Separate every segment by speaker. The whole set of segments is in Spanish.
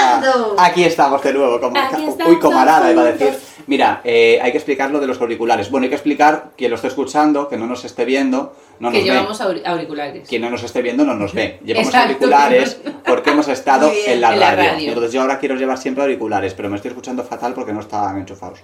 Speaker 1: Hello.
Speaker 2: Aquí estamos de nuevo, como
Speaker 1: Aquí
Speaker 2: uy,
Speaker 1: estamos
Speaker 2: camarada, iba a
Speaker 1: juntos.
Speaker 2: decir. Mira, eh, hay que explicar lo de los auriculares. Bueno, hay que explicar que lo esté escuchando, que no nos esté viendo, no
Speaker 3: que
Speaker 2: nos
Speaker 3: llevamos
Speaker 2: ve.
Speaker 3: auri- auriculares.
Speaker 2: Quien no nos esté viendo no nos ve. Llevamos
Speaker 3: Exacto.
Speaker 2: auriculares porque hemos estado
Speaker 1: Muy bien,
Speaker 2: en la,
Speaker 3: en la
Speaker 2: radio.
Speaker 3: radio.
Speaker 2: Entonces yo ahora quiero llevar siempre auriculares, pero me estoy escuchando fatal porque no estaban enchufados.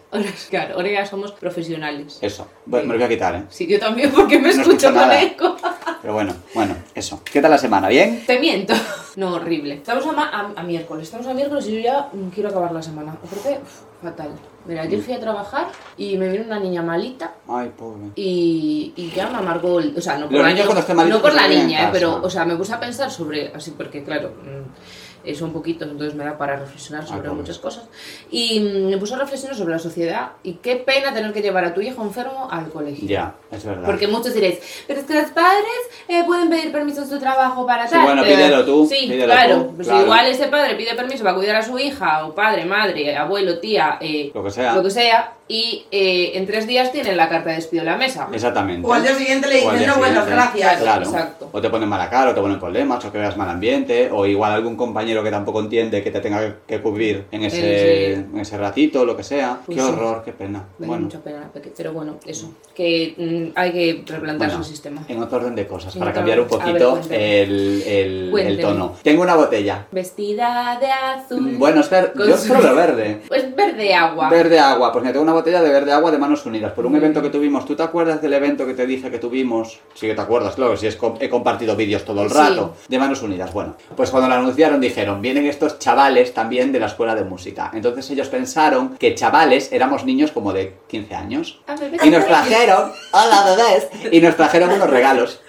Speaker 3: Claro, ahora ya somos profesionales.
Speaker 2: Eso. Bueno, me los voy a quitar, ¿eh?
Speaker 3: Sí, yo también, porque me
Speaker 2: No
Speaker 3: escucho
Speaker 2: escucho
Speaker 3: con
Speaker 2: nada.
Speaker 3: eco.
Speaker 2: Pero bueno, bueno, eso. ¿Qué tal la semana? ¿Bien?
Speaker 3: Te miento. No, horrible. Estamos a, ma- a- a miércoles, estamos a miércoles y yo ya mm, quiero acabar la semana. Aparte, uf, fatal. Mira, ayer fui a trabajar y me vino una niña malita
Speaker 2: Ay, pobre.
Speaker 3: y, y ya me amargó el... O sea, no por
Speaker 2: Los
Speaker 3: la
Speaker 2: niños
Speaker 3: niña,
Speaker 2: cuando estén malitos
Speaker 3: no por la
Speaker 2: se quedan en
Speaker 3: niña, eh,
Speaker 2: casa.
Speaker 3: pero, o sea, me puse a pensar sobre... Así porque, claro, mm, eh, son poquitos, entonces me da para reflexionar sobre
Speaker 2: pobre.
Speaker 3: muchas cosas. Y mm, me puse a reflexionar sobre la sociedad y qué pena tener que llevar a tu hijo enfermo al colegio.
Speaker 2: Ya, es verdad.
Speaker 3: Porque muchos diréis, pero es que los padres eh, pueden pedir permiso en su trabajo para
Speaker 2: Sí,
Speaker 3: tal.
Speaker 2: bueno,
Speaker 3: Eh,
Speaker 2: pídelo tú,
Speaker 3: Sí,
Speaker 2: pídelo
Speaker 3: claro.
Speaker 2: tú,
Speaker 3: Pues
Speaker 2: claro.
Speaker 3: igual ese padre pide permiso para cuidar a su hija, o padre, madre, abuelo, tía, eh,
Speaker 2: Lo que sea.
Speaker 3: lo que sea, y eh, en tres días tienen la carta de despido en la mesa.
Speaker 2: Exactamente.
Speaker 1: O al día siguiente le
Speaker 2: O al
Speaker 1: dices,
Speaker 2: día
Speaker 1: no, bueno,
Speaker 2: siguiente.
Speaker 1: gracias.
Speaker 2: Claro.
Speaker 3: Exacto.
Speaker 2: O te ponen mala cara, o te ponen problemas, o que veas mal ambiente, o igual algún compañero que tampoco entiende que te tenga que cubrir en ese,
Speaker 3: El- sí.
Speaker 2: en ese ratito, lo que sea.
Speaker 3: Pues
Speaker 2: qué
Speaker 3: sí.
Speaker 2: horror, qué pena.
Speaker 3: Me da
Speaker 2: bueno,
Speaker 3: mucha pena, porque- pero bueno, eso, que mm, hay que replantearse
Speaker 2: bueno,
Speaker 3: el sistema.
Speaker 2: en otro orden de cosas,
Speaker 3: En
Speaker 2: para
Speaker 3: otro
Speaker 2: cambiar un
Speaker 3: orden. A ver,
Speaker 2: poquito
Speaker 3: cuéntame.
Speaker 2: el, el- el
Speaker 3: Cuénteme.
Speaker 2: tono. Tengo una botella.
Speaker 3: Vestida de azul.
Speaker 2: Mm, Bueno, es ver-
Speaker 3: con
Speaker 2: yo
Speaker 3: su-
Speaker 2: solo verde.
Speaker 3: Pues verde agua.
Speaker 2: Verde agua, pues mira, tengo una botella de verde agua de manos unidas por un
Speaker 3: Mm.
Speaker 2: evento que tuvimos. ¿Tú te acuerdas del evento que te dije que tuvimos? Sí que te acuerdas, claro, si es com- he compartido vídeos todo el
Speaker 3: Sí.
Speaker 2: rato de manos unidas. Bueno, pues cuando lo anunciaron dijeron, vienen estos chavales también de la escuela de música. Entonces ellos pensaron que chavales éramos niños como de 15 años.
Speaker 3: A ver,
Speaker 2: Y nos trajeron, hola bebés, y nos trajeron unos regalos.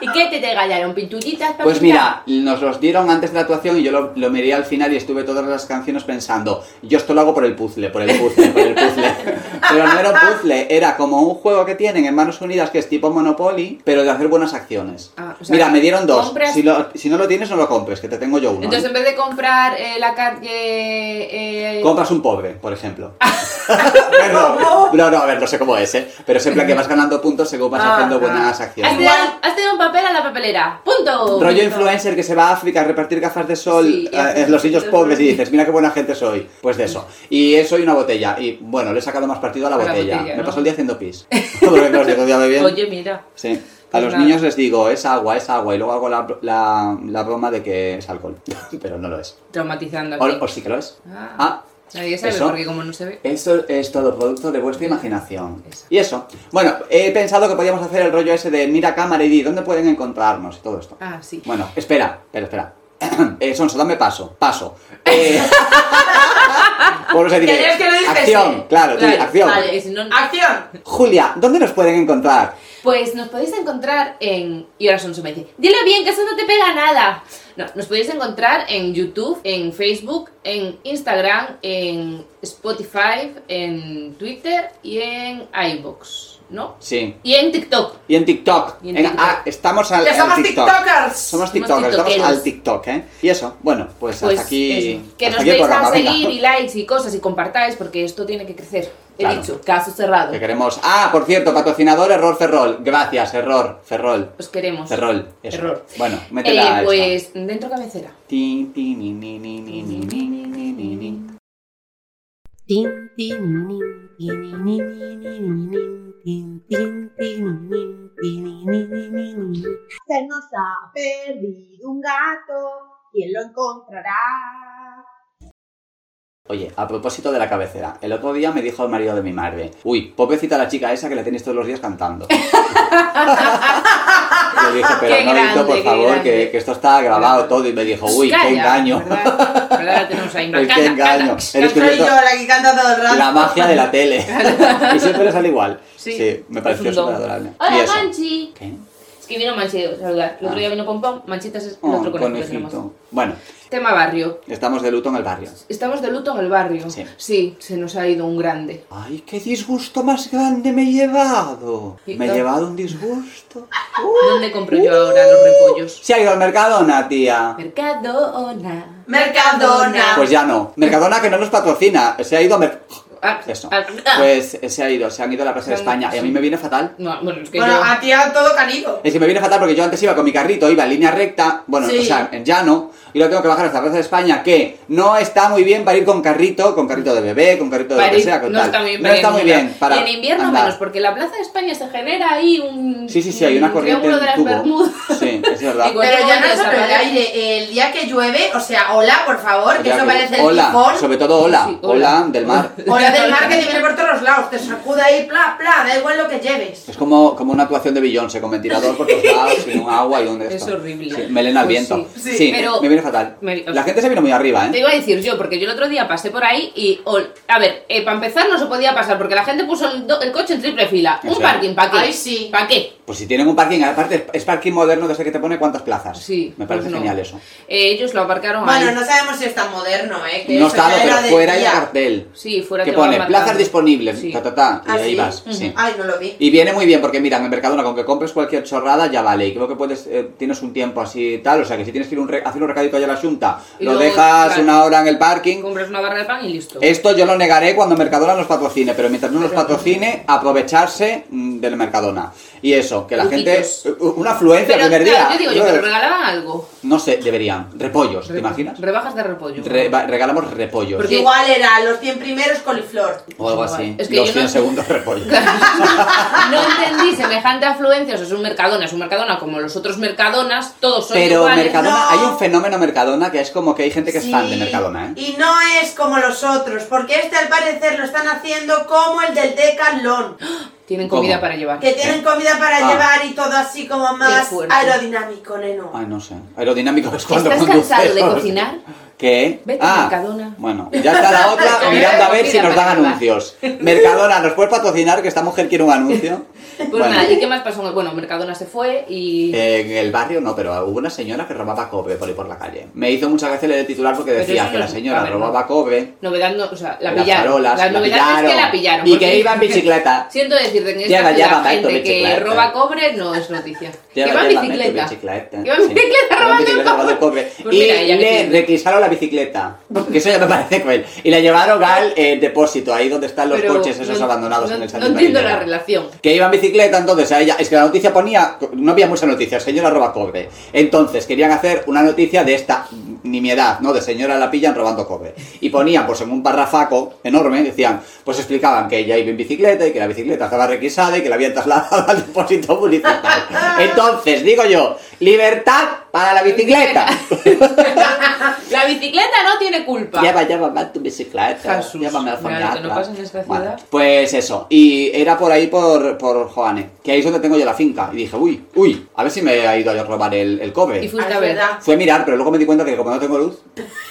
Speaker 3: ¿Y qué te regalaron? ¿Pinturritas?
Speaker 2: Pues mira, nos los dieron antes de la actuación y yo lo, lo miré al final y estuve todas las canciones pensando, yo esto lo hago por el puzzle, por el puzzle, por el puzzle. pero no era un puzzle, era como un juego que tienen en Manos Unidas que es tipo Monopoly, pero de hacer buenas acciones.
Speaker 3: Ah, o sea,
Speaker 2: mira, me dieron dos.
Speaker 3: compras-
Speaker 2: Si, lo- si no lo tienes, no lo compres, que te tengo yo uno. ¿eh?
Speaker 3: Entonces, en vez de comprar eh, la calle. Eh,
Speaker 2: Compras un pobre, por ejemplo. Perdón. No, no, a ver, no sé cómo es, ¿eh? Pero siempre que vas ganando puntos según vas
Speaker 1: Ah,
Speaker 2: haciendo
Speaker 1: ah.
Speaker 2: buenas
Speaker 3: has,
Speaker 2: acciones.
Speaker 3: tenido, has tenido un papel a la papelera. ¡Punto!
Speaker 2: Rollo influencer que se va a África a repartir gafas de sol
Speaker 3: Sí, y
Speaker 2: a-
Speaker 3: hace
Speaker 2: a los niños
Speaker 3: los
Speaker 2: pobres y
Speaker 3: pobres.
Speaker 2: dices, mira qué buena gente soy. Pues de eso. Y eso y una botella. Y bueno, le he sacado más partido a la
Speaker 3: A la
Speaker 2: botella.
Speaker 3: botella,
Speaker 2: Me
Speaker 3: ¿no?
Speaker 2: pasó el día haciendo pis. Todo lo que me los digo, ya bien.
Speaker 3: Oye, mira.
Speaker 2: Sí. A
Speaker 3: pues
Speaker 2: los
Speaker 3: nada.
Speaker 2: niños les digo, es agua, es agua. Y luego hago la, la, la broma de que es alcohol. Pero no lo es.
Speaker 3: Traumatizando
Speaker 2: O,
Speaker 3: aquí.
Speaker 2: o sí que lo es.
Speaker 3: Ah,
Speaker 2: Ah,
Speaker 3: nadie sabe
Speaker 2: eso.
Speaker 3: porque, como no se ve.
Speaker 2: Eso es todo producto de vuestra imaginación.
Speaker 3: Eso.
Speaker 2: Y eso. Bueno, he pensado que podíamos hacer el rollo ese de mira cámara y di dónde pueden encontrarnos y todo esto.
Speaker 3: Ah, sí.
Speaker 2: Bueno, espera, espera, espera. Eh, Sonso, dame paso, paso. Eh... Vuelvo a decir,
Speaker 1: Que es que lo dijiste.
Speaker 2: acción, claro, tú di,
Speaker 3: Claro,
Speaker 2: acción.
Speaker 3: Vale, y si no.
Speaker 1: ¡Acción!
Speaker 2: Julia, ¿dónde nos pueden encontrar?
Speaker 3: Pues nos podéis encontrar en. Y ahora son su dice, Dilo bien, que eso no te pega nada. No, nos podéis encontrar en YouTube, en Facebook, en Instagram, en Spotify, en Twitter y en iBox, ¿no?
Speaker 2: Sí.
Speaker 3: Y en TikTok.
Speaker 2: Y en TikTok.
Speaker 3: Y en
Speaker 2: En-
Speaker 3: TikTok.
Speaker 2: ah, estamos al,
Speaker 1: ¡Que
Speaker 2: al
Speaker 1: somos
Speaker 2: TikTok.
Speaker 1: tiktokers!
Speaker 2: Somos
Speaker 3: Somos
Speaker 2: TikTokers, estamos
Speaker 3: tiktokeros.
Speaker 2: al TikTok, ¿eh? Y eso, bueno, pues,
Speaker 3: Pues
Speaker 2: hasta aquí.
Speaker 3: eso. Que
Speaker 2: hasta
Speaker 3: nos
Speaker 2: aquí el
Speaker 3: deis a
Speaker 2: programa, venga.
Speaker 3: seguir y likes y cosas y compartáis porque esto tiene que crecer. He
Speaker 2: Claro.
Speaker 3: dicho, caso cerrado.
Speaker 2: Que queremos. Ah, por cierto, patrocinador Error Ferrol. Gracias, Error Ferrol.
Speaker 3: Os queremos.
Speaker 2: Ferrol. Eso.
Speaker 3: Error.
Speaker 2: Bueno,
Speaker 3: Eh,
Speaker 2: métela. a esta.
Speaker 3: pues dentro cabecera.
Speaker 2: Tin, tin, ni, ni, ni, ni, ni, ni, ni, ni, ni.
Speaker 4: Tin, tin, nin, tin, nin, nin, nin, nin, tin, tin, tin, nin, tin, nin, nin, nin, nin.
Speaker 5: Se nos ha perdido un gato, ¿quién lo encontrará?
Speaker 2: Oye, a propósito de la cabecera, el otro día me dijo el marido de mi madre, uy, pobrecita la chica esa que la tenéis todos los días cantando. Le dije, pero
Speaker 3: Qué
Speaker 2: no,
Speaker 3: grande,
Speaker 2: Vito, por
Speaker 3: qué
Speaker 2: favor, que,
Speaker 3: grande".
Speaker 2: que esto está grabado
Speaker 3: Claro.
Speaker 2: todo. Y me dijo, uy,
Speaker 3: Calla,
Speaker 2: qué engaño.
Speaker 3: ¿verdad? ¿Verdad? La tenemos ahí.
Speaker 2: Pues qué
Speaker 3: Canta, canta.
Speaker 2: engaño. He
Speaker 1: Soy yo
Speaker 2: descubierto
Speaker 1: la que canta todo el rato.
Speaker 2: la magia de la tele. y siempre le sale igual. Sí,
Speaker 3: Sí,
Speaker 2: me
Speaker 3: es
Speaker 2: pareció
Speaker 3: un don.
Speaker 2: súper adorable. Y
Speaker 3: Hola,
Speaker 2: eso.
Speaker 3: Manchi.
Speaker 2: ¿Qué?
Speaker 3: Es que vino Manchi a saludar. El
Speaker 2: Ah.
Speaker 3: otro día vino Pompón. Manchitas este es el
Speaker 2: Oh,
Speaker 3: otro conejito que tenemos.
Speaker 2: conejito. Bueno,
Speaker 3: Tema barrio.
Speaker 2: estamos de luto en el barrio.
Speaker 3: Estamos de luto en el barrio.
Speaker 2: Sí.
Speaker 3: se nos ha ido un grande.
Speaker 2: ¡Ay, qué disgusto más grande me he llevado!
Speaker 3: Y-
Speaker 2: Me he
Speaker 3: no.
Speaker 2: llevado un disgusto.
Speaker 3: ¿Dónde compro yo ahora los repollos?
Speaker 2: ¿Se ha ido al Mercadona, tía?
Speaker 3: Mercadona.
Speaker 1: Mercadona.
Speaker 2: Pues ya no. Mercadona que no nos patrocina. Se ha ido a Mer-
Speaker 3: Ah,
Speaker 2: Eso.
Speaker 3: ah, ah.
Speaker 2: Pues eh, se ha ido, se han ido a la Plaza de
Speaker 3: Son-
Speaker 2: España. Y a mí me viene fatal.
Speaker 3: No, bueno, ah, es que
Speaker 1: Bueno,
Speaker 3: yo-
Speaker 1: a ti ha todo canido.
Speaker 2: Es que me viene fatal porque yo antes iba con mi carrito, iba en línea recta, bueno,
Speaker 1: Sí.
Speaker 2: o sea, en llano, y luego tengo que bajar hasta la Plaza de España, que no está muy bien para ir con carrito, con carrito de bebé, con carrito de lo
Speaker 3: París
Speaker 2: que sea, con
Speaker 3: no
Speaker 2: tal.
Speaker 3: está muy bien.
Speaker 2: no
Speaker 3: para
Speaker 2: está muy
Speaker 3: ningún
Speaker 2: bien
Speaker 3: lado.
Speaker 2: para
Speaker 3: Y en invierno
Speaker 2: andar.
Speaker 3: menos, porque la Plaza de España se genera ahí un.
Speaker 2: Sí, sí, sí, hay
Speaker 3: un
Speaker 2: una corriente
Speaker 3: Triángulo
Speaker 2: en
Speaker 3: de las
Speaker 2: tubo.
Speaker 3: Bermudas.
Speaker 2: Sí, es verdad.
Speaker 3: Igual-
Speaker 6: Pero ya
Speaker 3: Bueno,
Speaker 6: no es sobre el
Speaker 3: desaparece.
Speaker 6: aire. El día que llueve, o sea, hola, por favor, que
Speaker 2: Ya
Speaker 6: eso
Speaker 2: que-
Speaker 6: parece el
Speaker 2: hola,
Speaker 6: tifón.
Speaker 2: sobre todo hola,
Speaker 3: Sí, hola.
Speaker 2: hola del mar.
Speaker 6: Hola del mar que te viene por todos lados. Te sacuda ahí, pla, pla, da igual lo que lleves.
Speaker 2: Es como, como una actuación de Beyoncé con ventilador por todos lados, sin un agua y un de
Speaker 3: Es
Speaker 2: esto.
Speaker 3: horrible.
Speaker 2: Sí, melena al
Speaker 3: Pues
Speaker 2: viento.
Speaker 1: sí. Sí,
Speaker 3: pero-
Speaker 2: me viene fatal.
Speaker 3: me- o
Speaker 2: La
Speaker 3: sea-
Speaker 2: gente se vino muy arriba,
Speaker 3: Te
Speaker 2: ¿eh?
Speaker 3: iba a decir yo, porque yo el otro día pasé por ahí y. ol- a ver, para empezar no se podía pasar, porque la gente puso el, do- el coche en triple fila.
Speaker 2: O
Speaker 3: un
Speaker 2: sea,
Speaker 3: parking, ¿para qué?
Speaker 6: ay, sí.
Speaker 3: ¿Para qué?
Speaker 2: Pues si tienen un parking, aparte es parking moderno desde que te pone cuántas plazas.
Speaker 3: Sí,
Speaker 2: Me parece
Speaker 3: pues no.
Speaker 2: genial eso.
Speaker 3: Eh, ellos lo aparcaron
Speaker 6: Bueno,
Speaker 3: ahí.
Speaker 6: no sabemos si es tan moderno, ¿eh? Que
Speaker 2: No
Speaker 6: eso
Speaker 2: estaba,
Speaker 6: ya
Speaker 2: pero
Speaker 6: era del
Speaker 2: fuera hay
Speaker 6: día.
Speaker 2: un cartel
Speaker 3: Sí, fuera
Speaker 2: que
Speaker 3: te van
Speaker 2: pone
Speaker 3: matando.
Speaker 2: plazas disponibles,
Speaker 3: Sí.
Speaker 2: ta, ta, ta, y
Speaker 6: ¿Ah,
Speaker 2: ahí
Speaker 6: sí?
Speaker 2: vas.
Speaker 3: Ujú.
Speaker 2: sí.
Speaker 6: Ay, no lo vi.
Speaker 2: Y viene muy bien porque mira, en el Mercadona con que compres cualquier chorrada ya vale. Y creo que puedes eh, tienes un tiempo así y tal, o sea que si tienes que ir un re- hacer un recadito allá a la Junta,
Speaker 3: Y
Speaker 2: lo
Speaker 3: luego,
Speaker 2: dejas
Speaker 3: claro.
Speaker 2: una hora en el parking.
Speaker 3: Compras una barra de pan y listo.
Speaker 2: Esto yo lo negaré cuando Mercadona nos patrocine, pero mientras no nos patrocine, aprovecharse mm, del Mercadona. Y eso, que la
Speaker 3: Truquitos.
Speaker 2: gente... u- Una afluencia
Speaker 3: pero
Speaker 2: el primer
Speaker 3: claro,
Speaker 2: día.
Speaker 3: yo digo yo, pero regalaban algo.
Speaker 2: No sé, deberían. Repollos, ¿te
Speaker 3: Re-
Speaker 2: imaginas?
Speaker 3: Rebajas de repollo.
Speaker 2: Re- va- regalamos repollos.
Speaker 3: Porque-
Speaker 6: Igual era los 100 primeros coliflor.
Speaker 2: O algo así.
Speaker 3: Es que
Speaker 2: Los
Speaker 3: yo
Speaker 2: 100
Speaker 3: no-
Speaker 2: segundos repollos.
Speaker 3: No entendí semejante afluencia, o sea, es un mercadona, es un mercadona como los otros mercadonas, todos son
Speaker 2: Pero
Speaker 3: iguales.
Speaker 2: Mercadona,
Speaker 6: No.
Speaker 2: hay un fenómeno Mercadona que es como que hay gente que es fan de
Speaker 6: Sí,
Speaker 2: Mercadona, ¿eh?
Speaker 6: Y no es como los otros, porque este al parecer lo están haciendo como el del Decathlon,
Speaker 3: Tienen comida
Speaker 2: ¿Cómo?
Speaker 3: para llevar.
Speaker 6: que tienen comida para
Speaker 2: Ah.
Speaker 6: llevar y todo así como más
Speaker 3: fuerte.
Speaker 6: aerodinámico, neno.
Speaker 2: Ay, no sé. Aerodinámico es cuando
Speaker 3: ¿Estás
Speaker 2: conduces,
Speaker 3: cansado de
Speaker 2: ¿sabes?
Speaker 3: cocinar?
Speaker 2: ¿Qué? Ah,
Speaker 3: Vete a Mercadona.
Speaker 2: Bueno, ya está la otra
Speaker 3: Comer
Speaker 2: mirando a ver
Speaker 3: comida
Speaker 2: si nos
Speaker 3: para
Speaker 2: dan
Speaker 3: llevar.
Speaker 2: anuncios. Mercadona, ¿nos puedes patrocinar que esta mujer quiere un anuncio?
Speaker 3: Pues
Speaker 2: Bueno.
Speaker 3: nada, ¿y qué más pasó? Bueno, Mercadona se fue y...
Speaker 2: Eh, En el barrio no, pero hubo una señora que robaba cobre por ahí por la calle. Me hizo mucha gracia leer el titular porque
Speaker 3: Pero
Speaker 2: decía que
Speaker 3: eso no
Speaker 2: la
Speaker 3: es-
Speaker 2: señora
Speaker 3: a ver, no.
Speaker 2: robaba cobre,
Speaker 3: Novedad no, o sea, la
Speaker 2: las
Speaker 3: pillaron.
Speaker 2: farolas,
Speaker 3: la
Speaker 2: la
Speaker 3: novedad es que
Speaker 2: pillaron.
Speaker 3: la pillaron.
Speaker 2: Y
Speaker 3: porque
Speaker 2: que iba en bicicleta.
Speaker 3: Siento decirte que en
Speaker 2: Llega,
Speaker 3: esta
Speaker 2: ya
Speaker 3: ciudad,
Speaker 2: va, tanto
Speaker 3: gente que
Speaker 2: bicicleta.
Speaker 3: roba cobre no es noticia. Que
Speaker 2: Ya
Speaker 3: va en
Speaker 2: ya lamento,
Speaker 3: bicicleta.
Speaker 2: bicicleta,
Speaker 3: Que va en
Speaker 2: sí.
Speaker 3: bicicleta
Speaker 2: Que va en
Speaker 3: robando
Speaker 2: bicicleta
Speaker 3: el
Speaker 2: robando cobre.
Speaker 3: Pues
Speaker 2: y
Speaker 3: mira, ella que
Speaker 2: le
Speaker 3: tiene.
Speaker 2: reclisaron la bicicleta, que eso ya me parece cruel. Y la llevaron al eh, depósito, ahí donde están los
Speaker 3: Pero
Speaker 2: coches esos
Speaker 3: no-
Speaker 2: abandonados
Speaker 3: no-
Speaker 2: en el
Speaker 3: No
Speaker 2: Santo
Speaker 3: entiendo la relación.
Speaker 2: Que iba en bicicleta, entonces a ella. Es que la noticia ponía. No había mucha noticia, señora roba cobre. Entonces querían hacer una noticia de esta nimiedad, ¿no? De señora la pillan robando cobre. Y ponían, pues en un parrafaco enorme, decían, pues explicaban que ella iba en bicicleta y que la bicicleta estaba requisada y que la habían trasladado al depósito municipal. Entonces, digo yo, libertad para la bicicleta.
Speaker 3: La bicicleta no tiene culpa.
Speaker 2: Lleva, lleva mal tu bicicleta.
Speaker 3: Jesús,
Speaker 2: Llévame al
Speaker 3: mira lo que no pasa en esta
Speaker 2: Bueno,
Speaker 3: ciudad.
Speaker 2: pues eso. Y era por ahí por, por Joane, que ahí es donde tengo yo la finca. Y dije, uy, uy, a ver si me ha ido a robar el, el cobre.
Speaker 3: Y
Speaker 2: fue...
Speaker 3: fuiste
Speaker 6: Ah,
Speaker 3: a
Speaker 6: es
Speaker 3: ver.
Speaker 6: verdad.
Speaker 2: a mirar, pero luego me di cuenta que como no tengo luz,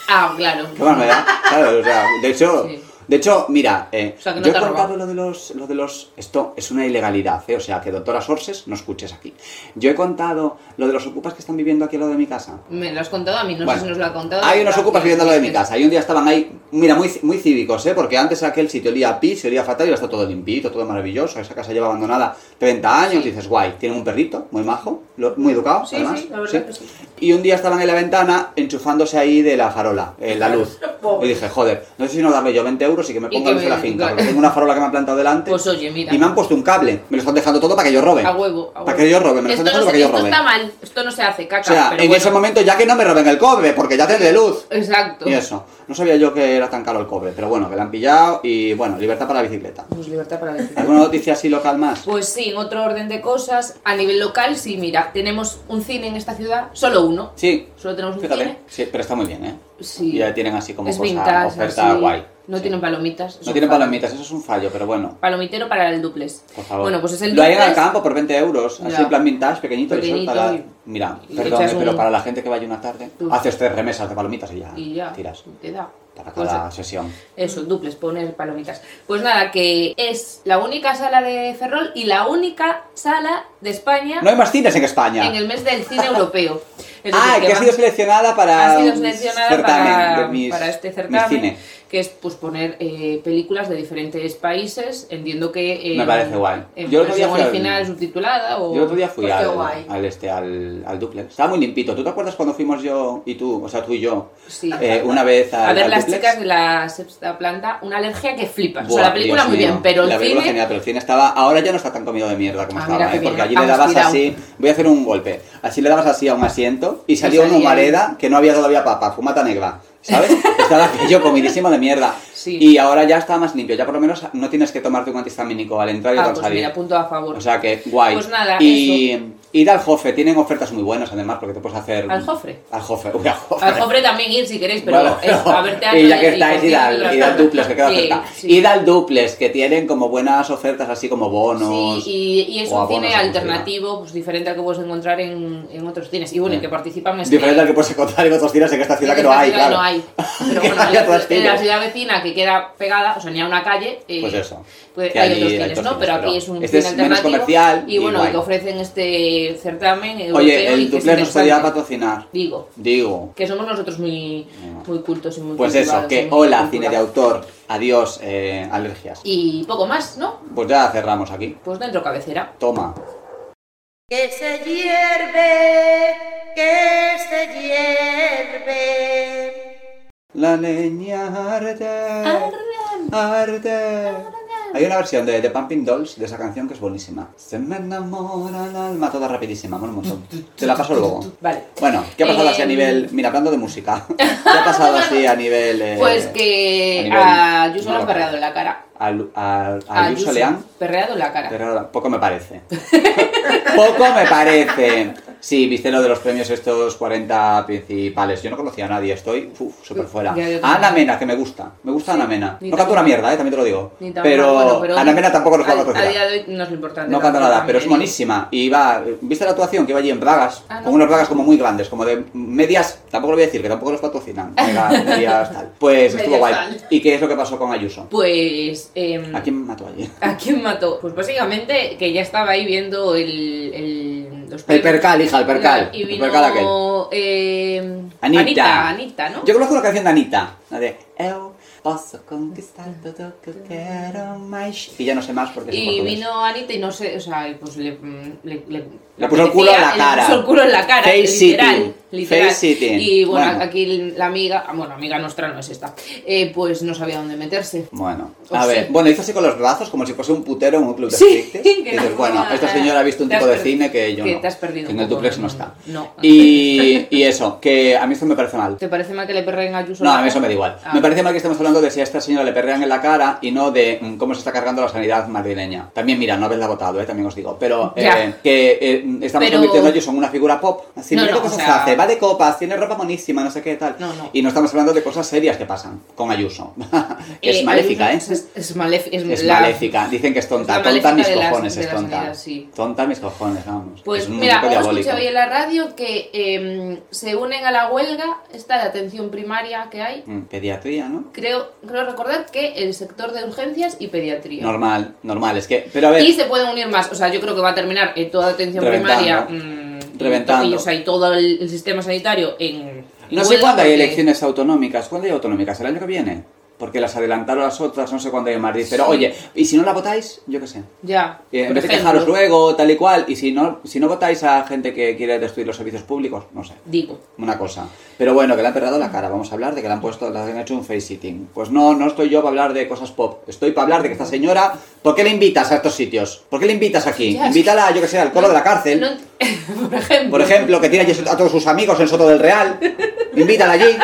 Speaker 3: Ah, claro.
Speaker 2: ¿qué más me da? Claro, o sea, de hecho.
Speaker 3: Sí.
Speaker 2: De hecho, mira, eh,
Speaker 3: O sea, que no
Speaker 2: yo he
Speaker 3: te ha
Speaker 2: contado
Speaker 3: robado.
Speaker 2: lo de, los, lo de los... Esto es una ilegalidad, ¿eh? O sea, que doctora Sorses, no escuches aquí. Yo he contado lo de los ocupas que están viviendo aquí al lado de mi casa.
Speaker 3: Me lo has contado a mí, no
Speaker 2: Bueno,
Speaker 3: sé si nos lo ha contado.
Speaker 2: Hay unos
Speaker 3: Claro,
Speaker 2: ocupas
Speaker 3: claro,
Speaker 2: viviendo al lado de mi
Speaker 3: claro.
Speaker 2: casa. Y un día estaban ahí, mira, muy, muy cívicos, ¿eh? Porque antes aquel sitio olía a pis, olía fatal y ahora está todo limpito, todo maravilloso. Esa casa lleva abandonada 30 años. Dices, guay, tienen un perrito muy majo, lo- muy educado,
Speaker 3: Sí,
Speaker 2: además.
Speaker 3: sí, la verdad
Speaker 2: sí.
Speaker 3: que sí.
Speaker 2: Y un día estaban en la ventana enchufándose ahí de la farola, eh, la luz. Y dije, joder, no sé si no darme yo 20 euros y que me
Speaker 3: Y
Speaker 2: ponga
Speaker 3: que
Speaker 2: luz en la
Speaker 3: me-
Speaker 2: finca.
Speaker 3: claro.
Speaker 2: Porque tengo una farola que me han plantado delante.
Speaker 3: Pues oye, mira.
Speaker 2: y me han puesto un cable. Me lo están dejando todo para que yo robe.
Speaker 3: A huevo. a
Speaker 2: Para
Speaker 3: huevo.
Speaker 2: que yo robe, me lo
Speaker 3: esto
Speaker 2: están dejando
Speaker 3: no se-
Speaker 2: para que yo
Speaker 3: Esto
Speaker 2: robe.
Speaker 3: está mal, esto no se hace, caca.
Speaker 2: O sea,
Speaker 3: pero
Speaker 2: en
Speaker 3: bueno.
Speaker 2: ese momento ya que no me roben el cobre, porque ya tendré luz.
Speaker 3: Exacto.
Speaker 2: Y eso, no sabía yo que era tan caro el cobre, pero bueno, que la han pillado y bueno, libertad para la bicicleta.
Speaker 3: Pues libertad para la bicicleta.
Speaker 2: ¿Alguna noticia así local más?
Speaker 3: Pues sí, en otro orden de cosas, a nivel local, sí, mira, tenemos un cine en esta ciudad, solo uno.
Speaker 2: Sí,
Speaker 3: Solo tenemos un
Speaker 2: fíjate.
Speaker 3: cine.
Speaker 2: Sí, pero está muy bien, ¿eh?
Speaker 3: Sí.
Speaker 2: Y ya tienen así como
Speaker 3: es
Speaker 2: cosa,
Speaker 3: vintage,
Speaker 2: oferta
Speaker 3: así.
Speaker 2: guay.
Speaker 3: No
Speaker 2: Sí.
Speaker 3: tienen palomitas.
Speaker 2: No
Speaker 3: son
Speaker 2: tienen
Speaker 3: pal-
Speaker 2: palomitas, eso es un fallo, pero bueno,
Speaker 3: Palomitero para el duples.
Speaker 2: por favor.
Speaker 3: Bueno, pues es el
Speaker 2: Lo hay en
Speaker 3: duplex.
Speaker 2: el campo por 20 euros, así
Speaker 3: Ya.
Speaker 2: en plan vintage, pequeñito,
Speaker 3: Pequeñito
Speaker 2: y solo para...
Speaker 3: y-
Speaker 2: Mira,
Speaker 3: y
Speaker 2: perdón,
Speaker 3: echas
Speaker 2: eh, pero
Speaker 3: un-
Speaker 2: para la gente que vaya una tarde,
Speaker 3: Tú.
Speaker 2: haces tres remesas de palomitas y ya,
Speaker 3: Y ya.
Speaker 2: tiras
Speaker 3: Te da.
Speaker 2: para
Speaker 3: Pues
Speaker 2: cada sesión.
Speaker 3: Eso, duples, poner palomitas. Pues nada, que es la única sala de Ferrol y la única sala de España
Speaker 2: No hay más cines en España.
Speaker 3: en el mes del cine europeo. Es
Speaker 2: Ah,
Speaker 3: decir,
Speaker 2: que ha
Speaker 3: van-
Speaker 2: sido seleccionada para
Speaker 3: ha sido
Speaker 2: un
Speaker 3: seleccionada
Speaker 2: certamen
Speaker 3: para,
Speaker 2: Ah, de mis-
Speaker 3: para este
Speaker 2: mis
Speaker 3: certamen.
Speaker 2: cine.
Speaker 3: que es pues poner eh, películas de diferentes países. Entiendo que... eh,
Speaker 2: Me parece guay.
Speaker 3: En
Speaker 2: Yo el otro día
Speaker 3: versión
Speaker 2: fui al-
Speaker 3: original subtitulada o...
Speaker 2: Yo el otro día fui
Speaker 6: Pues qué
Speaker 2: al,
Speaker 6: guay.
Speaker 2: al este, al, al duplex. Estaba muy limpito. ¿Tú te acuerdas cuando fuimos yo y tú, o sea, tú y yo,
Speaker 3: Sí.
Speaker 2: eh, una vez al,
Speaker 3: a ver
Speaker 2: al
Speaker 3: las
Speaker 2: dúplex?
Speaker 3: chicas de la sexta planta, una alergia que flipas. o
Speaker 2: Buah,
Speaker 3: sea, la película
Speaker 2: Dios
Speaker 3: muy
Speaker 2: mío.
Speaker 3: bien, pero
Speaker 2: la
Speaker 3: el
Speaker 2: película
Speaker 3: cine...
Speaker 2: genial, pero el cine estaba. Ahora ya no está tan comido de mierda como
Speaker 3: Ah,
Speaker 2: estaba,
Speaker 3: mira qué
Speaker 2: ¿eh? porque
Speaker 3: bien.
Speaker 2: allí le
Speaker 3: Vamos,
Speaker 2: dabas
Speaker 3: tirao.
Speaker 2: así. Voy a hacer un golpe. Así le dabas así a un asiento y salió
Speaker 3: salía
Speaker 2: una humareda que no había todavía papa, fumata negra. ¿Sabes? Estaba aquello comidísimo de mierda.
Speaker 3: Sí.
Speaker 2: Y ahora ya está más limpio. Ya por lo menos no tienes que tomarte un antihistamínico al entrar y
Speaker 3: Ah,
Speaker 2: al
Speaker 3: pues
Speaker 2: salir.
Speaker 3: mira, punto a favor.
Speaker 2: O sea que guay.
Speaker 3: Pues nada,
Speaker 2: y ir al Jofe, tienen ofertas muy buenas además, porque te puedes hacer.
Speaker 3: ¿Al Jofre?
Speaker 2: Al Jofe, uy, al Jofe.
Speaker 3: Al cofre también ir si queréis, pero
Speaker 2: Bueno,
Speaker 3: es a ver teatro
Speaker 2: y ya que
Speaker 3: y-
Speaker 2: estáis,
Speaker 3: y-
Speaker 2: id al, id al duples, que queda
Speaker 3: Sí,
Speaker 2: cerca.
Speaker 3: sí.
Speaker 2: Id al duples, que tienen como buenas ofertas así como bonos.
Speaker 3: Sí, y, y es
Speaker 2: o
Speaker 3: un
Speaker 2: abonos,
Speaker 3: cine
Speaker 2: como se
Speaker 3: alternativo, pues diferente al que puedes encontrar en, en otros cines. Y bueno,
Speaker 2: Sí.
Speaker 3: y que participan este es
Speaker 2: Diferente al que puedes encontrar en otros cines en esta ciudad que
Speaker 3: en
Speaker 2: no
Speaker 3: esta
Speaker 2: hay,
Speaker 3: ciudad
Speaker 2: claro.
Speaker 3: no hay. Pero
Speaker 2: Que
Speaker 3: bueno,
Speaker 2: hay
Speaker 3: en la-
Speaker 2: otros
Speaker 3: en la
Speaker 2: cines.
Speaker 3: ciudad vecina que queda pegada, o sea, ni a una calle. eh,
Speaker 2: Pues eso.
Speaker 3: pues
Speaker 2: que
Speaker 3: hay,
Speaker 2: allí
Speaker 3: otros
Speaker 2: hay
Speaker 3: cines,
Speaker 2: otros
Speaker 3: ¿no?
Speaker 2: cines,
Speaker 3: Pero aquí
Speaker 2: pero
Speaker 3: es un
Speaker 2: este
Speaker 3: cine
Speaker 2: es menos
Speaker 3: alternativo.
Speaker 2: comercial
Speaker 3: y
Speaker 2: y
Speaker 3: bueno,
Speaker 2: guay.
Speaker 3: y que ofrecen este certamen europeo.
Speaker 2: Oye,
Speaker 3: y
Speaker 2: el
Speaker 3: que es
Speaker 2: duples nos podía
Speaker 3: interesante.
Speaker 2: patrocinar.
Speaker 3: Digo,
Speaker 2: Digo.
Speaker 3: que somos nosotros muy,
Speaker 2: No.
Speaker 3: muy cultos y muy
Speaker 2: Pues eso,
Speaker 3: cultivados y
Speaker 2: que
Speaker 3: muy
Speaker 2: hola,
Speaker 3: culturados.
Speaker 2: cine de autor. Adiós, eh, alergias.
Speaker 3: Y poco más, ¿no?
Speaker 2: Pues ya cerramos aquí.
Speaker 3: Pues dentro cabecera.
Speaker 2: Toma.
Speaker 4: Que se hierve, que se hierve.
Speaker 2: La leña arde. Arde. Hay una versión de The Pumping Dolls de esa canción que es buenísima. Se me enamora el alma, toda rapidísima, mola un montón. Te la paso luego.
Speaker 3: Vale.
Speaker 2: Bueno, ¿qué ha pasado así a
Speaker 4: Em.
Speaker 3: Eh,
Speaker 2: nivel. Mira, hablando de música. ¿Qué ha pasado así a nivel. eh,
Speaker 3: Pues que
Speaker 2: a
Speaker 3: a
Speaker 2: nivel-
Speaker 3: Yuso le
Speaker 2: no.
Speaker 3: han perreado en la cara.
Speaker 2: A, Lu- a, a Ayuso le han-
Speaker 3: Perreado en la cara.
Speaker 2: pero Poco me parece. Poco me parece. Sí, viste lo de los premios estos 40 principales. Yo no conocía a nadie, estoy uf, súper fuera.
Speaker 3: Ya, yo
Speaker 2: Ana
Speaker 3: también.
Speaker 2: Mena, que me gusta. Me gusta Ana Mena.
Speaker 3: ni
Speaker 2: No canta
Speaker 3: tampoco.
Speaker 2: una mierda, eh, también te lo digo.
Speaker 3: Ni tan
Speaker 2: pero,
Speaker 3: mal, bueno, pero
Speaker 2: Ana Mena tampoco nos va a
Speaker 3: a, a
Speaker 2: patrocinar.
Speaker 3: día de hoy no es lo importante.
Speaker 2: No canta
Speaker 3: tampoco,
Speaker 2: nada, pero es
Speaker 3: también.
Speaker 2: monísima. Y va, ¿viste la actuación que iba allí en bragas?
Speaker 3: Ah, no.
Speaker 2: Con unas bragas como muy grandes, como de medias, tampoco lo voy a decir, que tampoco los patrocinan. Mega- medias tal. Pues estuvo
Speaker 6: Medias
Speaker 2: guay.
Speaker 6: tal.
Speaker 2: ¿Y qué es lo que pasó con Ayuso?
Speaker 3: Pues. eh,
Speaker 2: ¿A quién mató allí?
Speaker 3: ¿a quién mató? Pues básicamente que ya estaba ahí viendo el. el, los
Speaker 2: El
Speaker 3: premios.
Speaker 2: percal, hija, el percal.
Speaker 3: Y
Speaker 2: el
Speaker 3: vino.
Speaker 2: percal aquel.
Speaker 3: eh,
Speaker 2: Anita.
Speaker 3: Anita, Anita, ¿no?
Speaker 2: Yo conozco una canción de Anita, la de Eu posso conquistar todo que quiero mais. Y ya no sé más porque es en
Speaker 3: Y
Speaker 2: portugués.
Speaker 3: vino Anita y no sé, o sea, y pues le. mm, le, le-
Speaker 2: Le puso el culo en la
Speaker 3: le
Speaker 2: cara.
Speaker 3: puso el culo en la cara,
Speaker 2: Face
Speaker 3: literal.
Speaker 2: sitting.
Speaker 3: literal.
Speaker 2: Face sitting.
Speaker 3: Y bueno,
Speaker 2: Bueno.
Speaker 3: aquí la amiga, ah, bueno, amiga nuestra no es esta, eh, pues no sabía dónde meterse.
Speaker 2: Bueno,
Speaker 3: Oh,
Speaker 2: a
Speaker 3: sí.
Speaker 2: ver, bueno, hizo así con los brazos como si fuese un putero en un club de
Speaker 3: Sí,
Speaker 2: striptease.
Speaker 3: que
Speaker 2: Y Dices,
Speaker 3: no,
Speaker 2: bueno, esta
Speaker 3: ah,
Speaker 2: señora ha visto un
Speaker 3: te has
Speaker 2: tipo de
Speaker 3: perdido-
Speaker 2: cine que yo
Speaker 3: que
Speaker 2: no.
Speaker 3: te has perdido.
Speaker 2: Que en
Speaker 3: un
Speaker 2: el
Speaker 3: poco,
Speaker 2: duplex no está.
Speaker 3: No. Ah,
Speaker 2: Y, y eso, que a mí esto me parece mal.
Speaker 3: ¿Te parece mal que le perren a Ayuso?
Speaker 2: No,
Speaker 3: la
Speaker 2: a mí
Speaker 3: cara?
Speaker 2: eso me da igual.
Speaker 3: Ah.
Speaker 2: Me parece mal que estemos hablando de si a esta señora le perrean en la cara y no de mm, cómo se está cargando la sanidad madrileña. También, mira, no haberla votado, eh, también os digo. Pero eh,
Speaker 3: Ya.
Speaker 2: que eh, estamos
Speaker 3: Pero-
Speaker 2: convirtiendo a ellos en una figura pop. Así,
Speaker 3: No,
Speaker 2: mira
Speaker 3: no,
Speaker 2: qué cosas
Speaker 3: o sea-
Speaker 2: hace, va de copas, tiene ropa monísima, no sé qué tal.
Speaker 3: No, no.
Speaker 2: Y no estamos hablando de cosas serias que pasan con Ayuso. es
Speaker 3: Eh,
Speaker 2: maléfica,
Speaker 3: Ayuso
Speaker 2: ¿eh?
Speaker 3: Es, es maléf- es
Speaker 2: Es
Speaker 3: la-
Speaker 2: maléfica. Dicen que es tonta.
Speaker 3: la
Speaker 2: tonta
Speaker 3: maléfica
Speaker 2: mis
Speaker 3: de las-
Speaker 2: cojones,
Speaker 3: de
Speaker 2: es
Speaker 3: la
Speaker 2: tonta.
Speaker 3: sanidad, sí.
Speaker 2: Tonta mis cojones, vamos.
Speaker 3: Pues
Speaker 2: es un
Speaker 3: mira,
Speaker 2: muñeco
Speaker 3: hoy
Speaker 2: diabólico.
Speaker 3: escuché hoy en la radio que em, se unen a la huelga esta de atención primaria que hay.
Speaker 2: Mm, Pediatría, ¿no?
Speaker 3: Creo, creo recordar que el sector de urgencias y pediatría.
Speaker 2: Normal, normal. Es que, pero a ver.
Speaker 3: Y se pueden unir más. O sea, yo creo que va a terminar eh, toda la atención
Speaker 2: Reventando.
Speaker 3: primaria. mm,
Speaker 2: Reventando.
Speaker 3: Y, o sea, y todo el, el sistema sanitario en.
Speaker 2: No
Speaker 3: en
Speaker 2: sé
Speaker 3: huelga
Speaker 2: cuándo hay
Speaker 3: porque-
Speaker 2: elecciones autonómicas. ¿Cuándo hay autonómicas? ¿El año que viene? Porque las adelantaron las otras, no sé cuándo hay en Madrid. Pero
Speaker 3: Sí.
Speaker 2: oye, ¿y si no la votáis? Yo qué sé.
Speaker 3: Ya.
Speaker 2: Eh, en
Speaker 3: por
Speaker 2: vez de
Speaker 3: ejemplo,
Speaker 2: quejaros luego, tal y cual. Y si no, si no votáis a gente que quiere destruir los servicios públicos, no sé.
Speaker 3: Digo.
Speaker 2: Una cosa. Pero bueno, que le han perrado la cara. Vamos a hablar de que le han puesto, le han hecho un face sitting. Pues no, no estoy yo para hablar de cosas pop. Estoy para hablar de que esta señora. ¿Por qué le invitas a estos sitios? ¿Por qué le invitas aquí?
Speaker 3: Ya, es que-
Speaker 2: Invítala, yo que sé, al coro de la cárcel.
Speaker 3: No ent- por ejemplo.
Speaker 2: Por ejemplo, que tiene allí a todos sus amigos en Soto del Real. Invítala allí.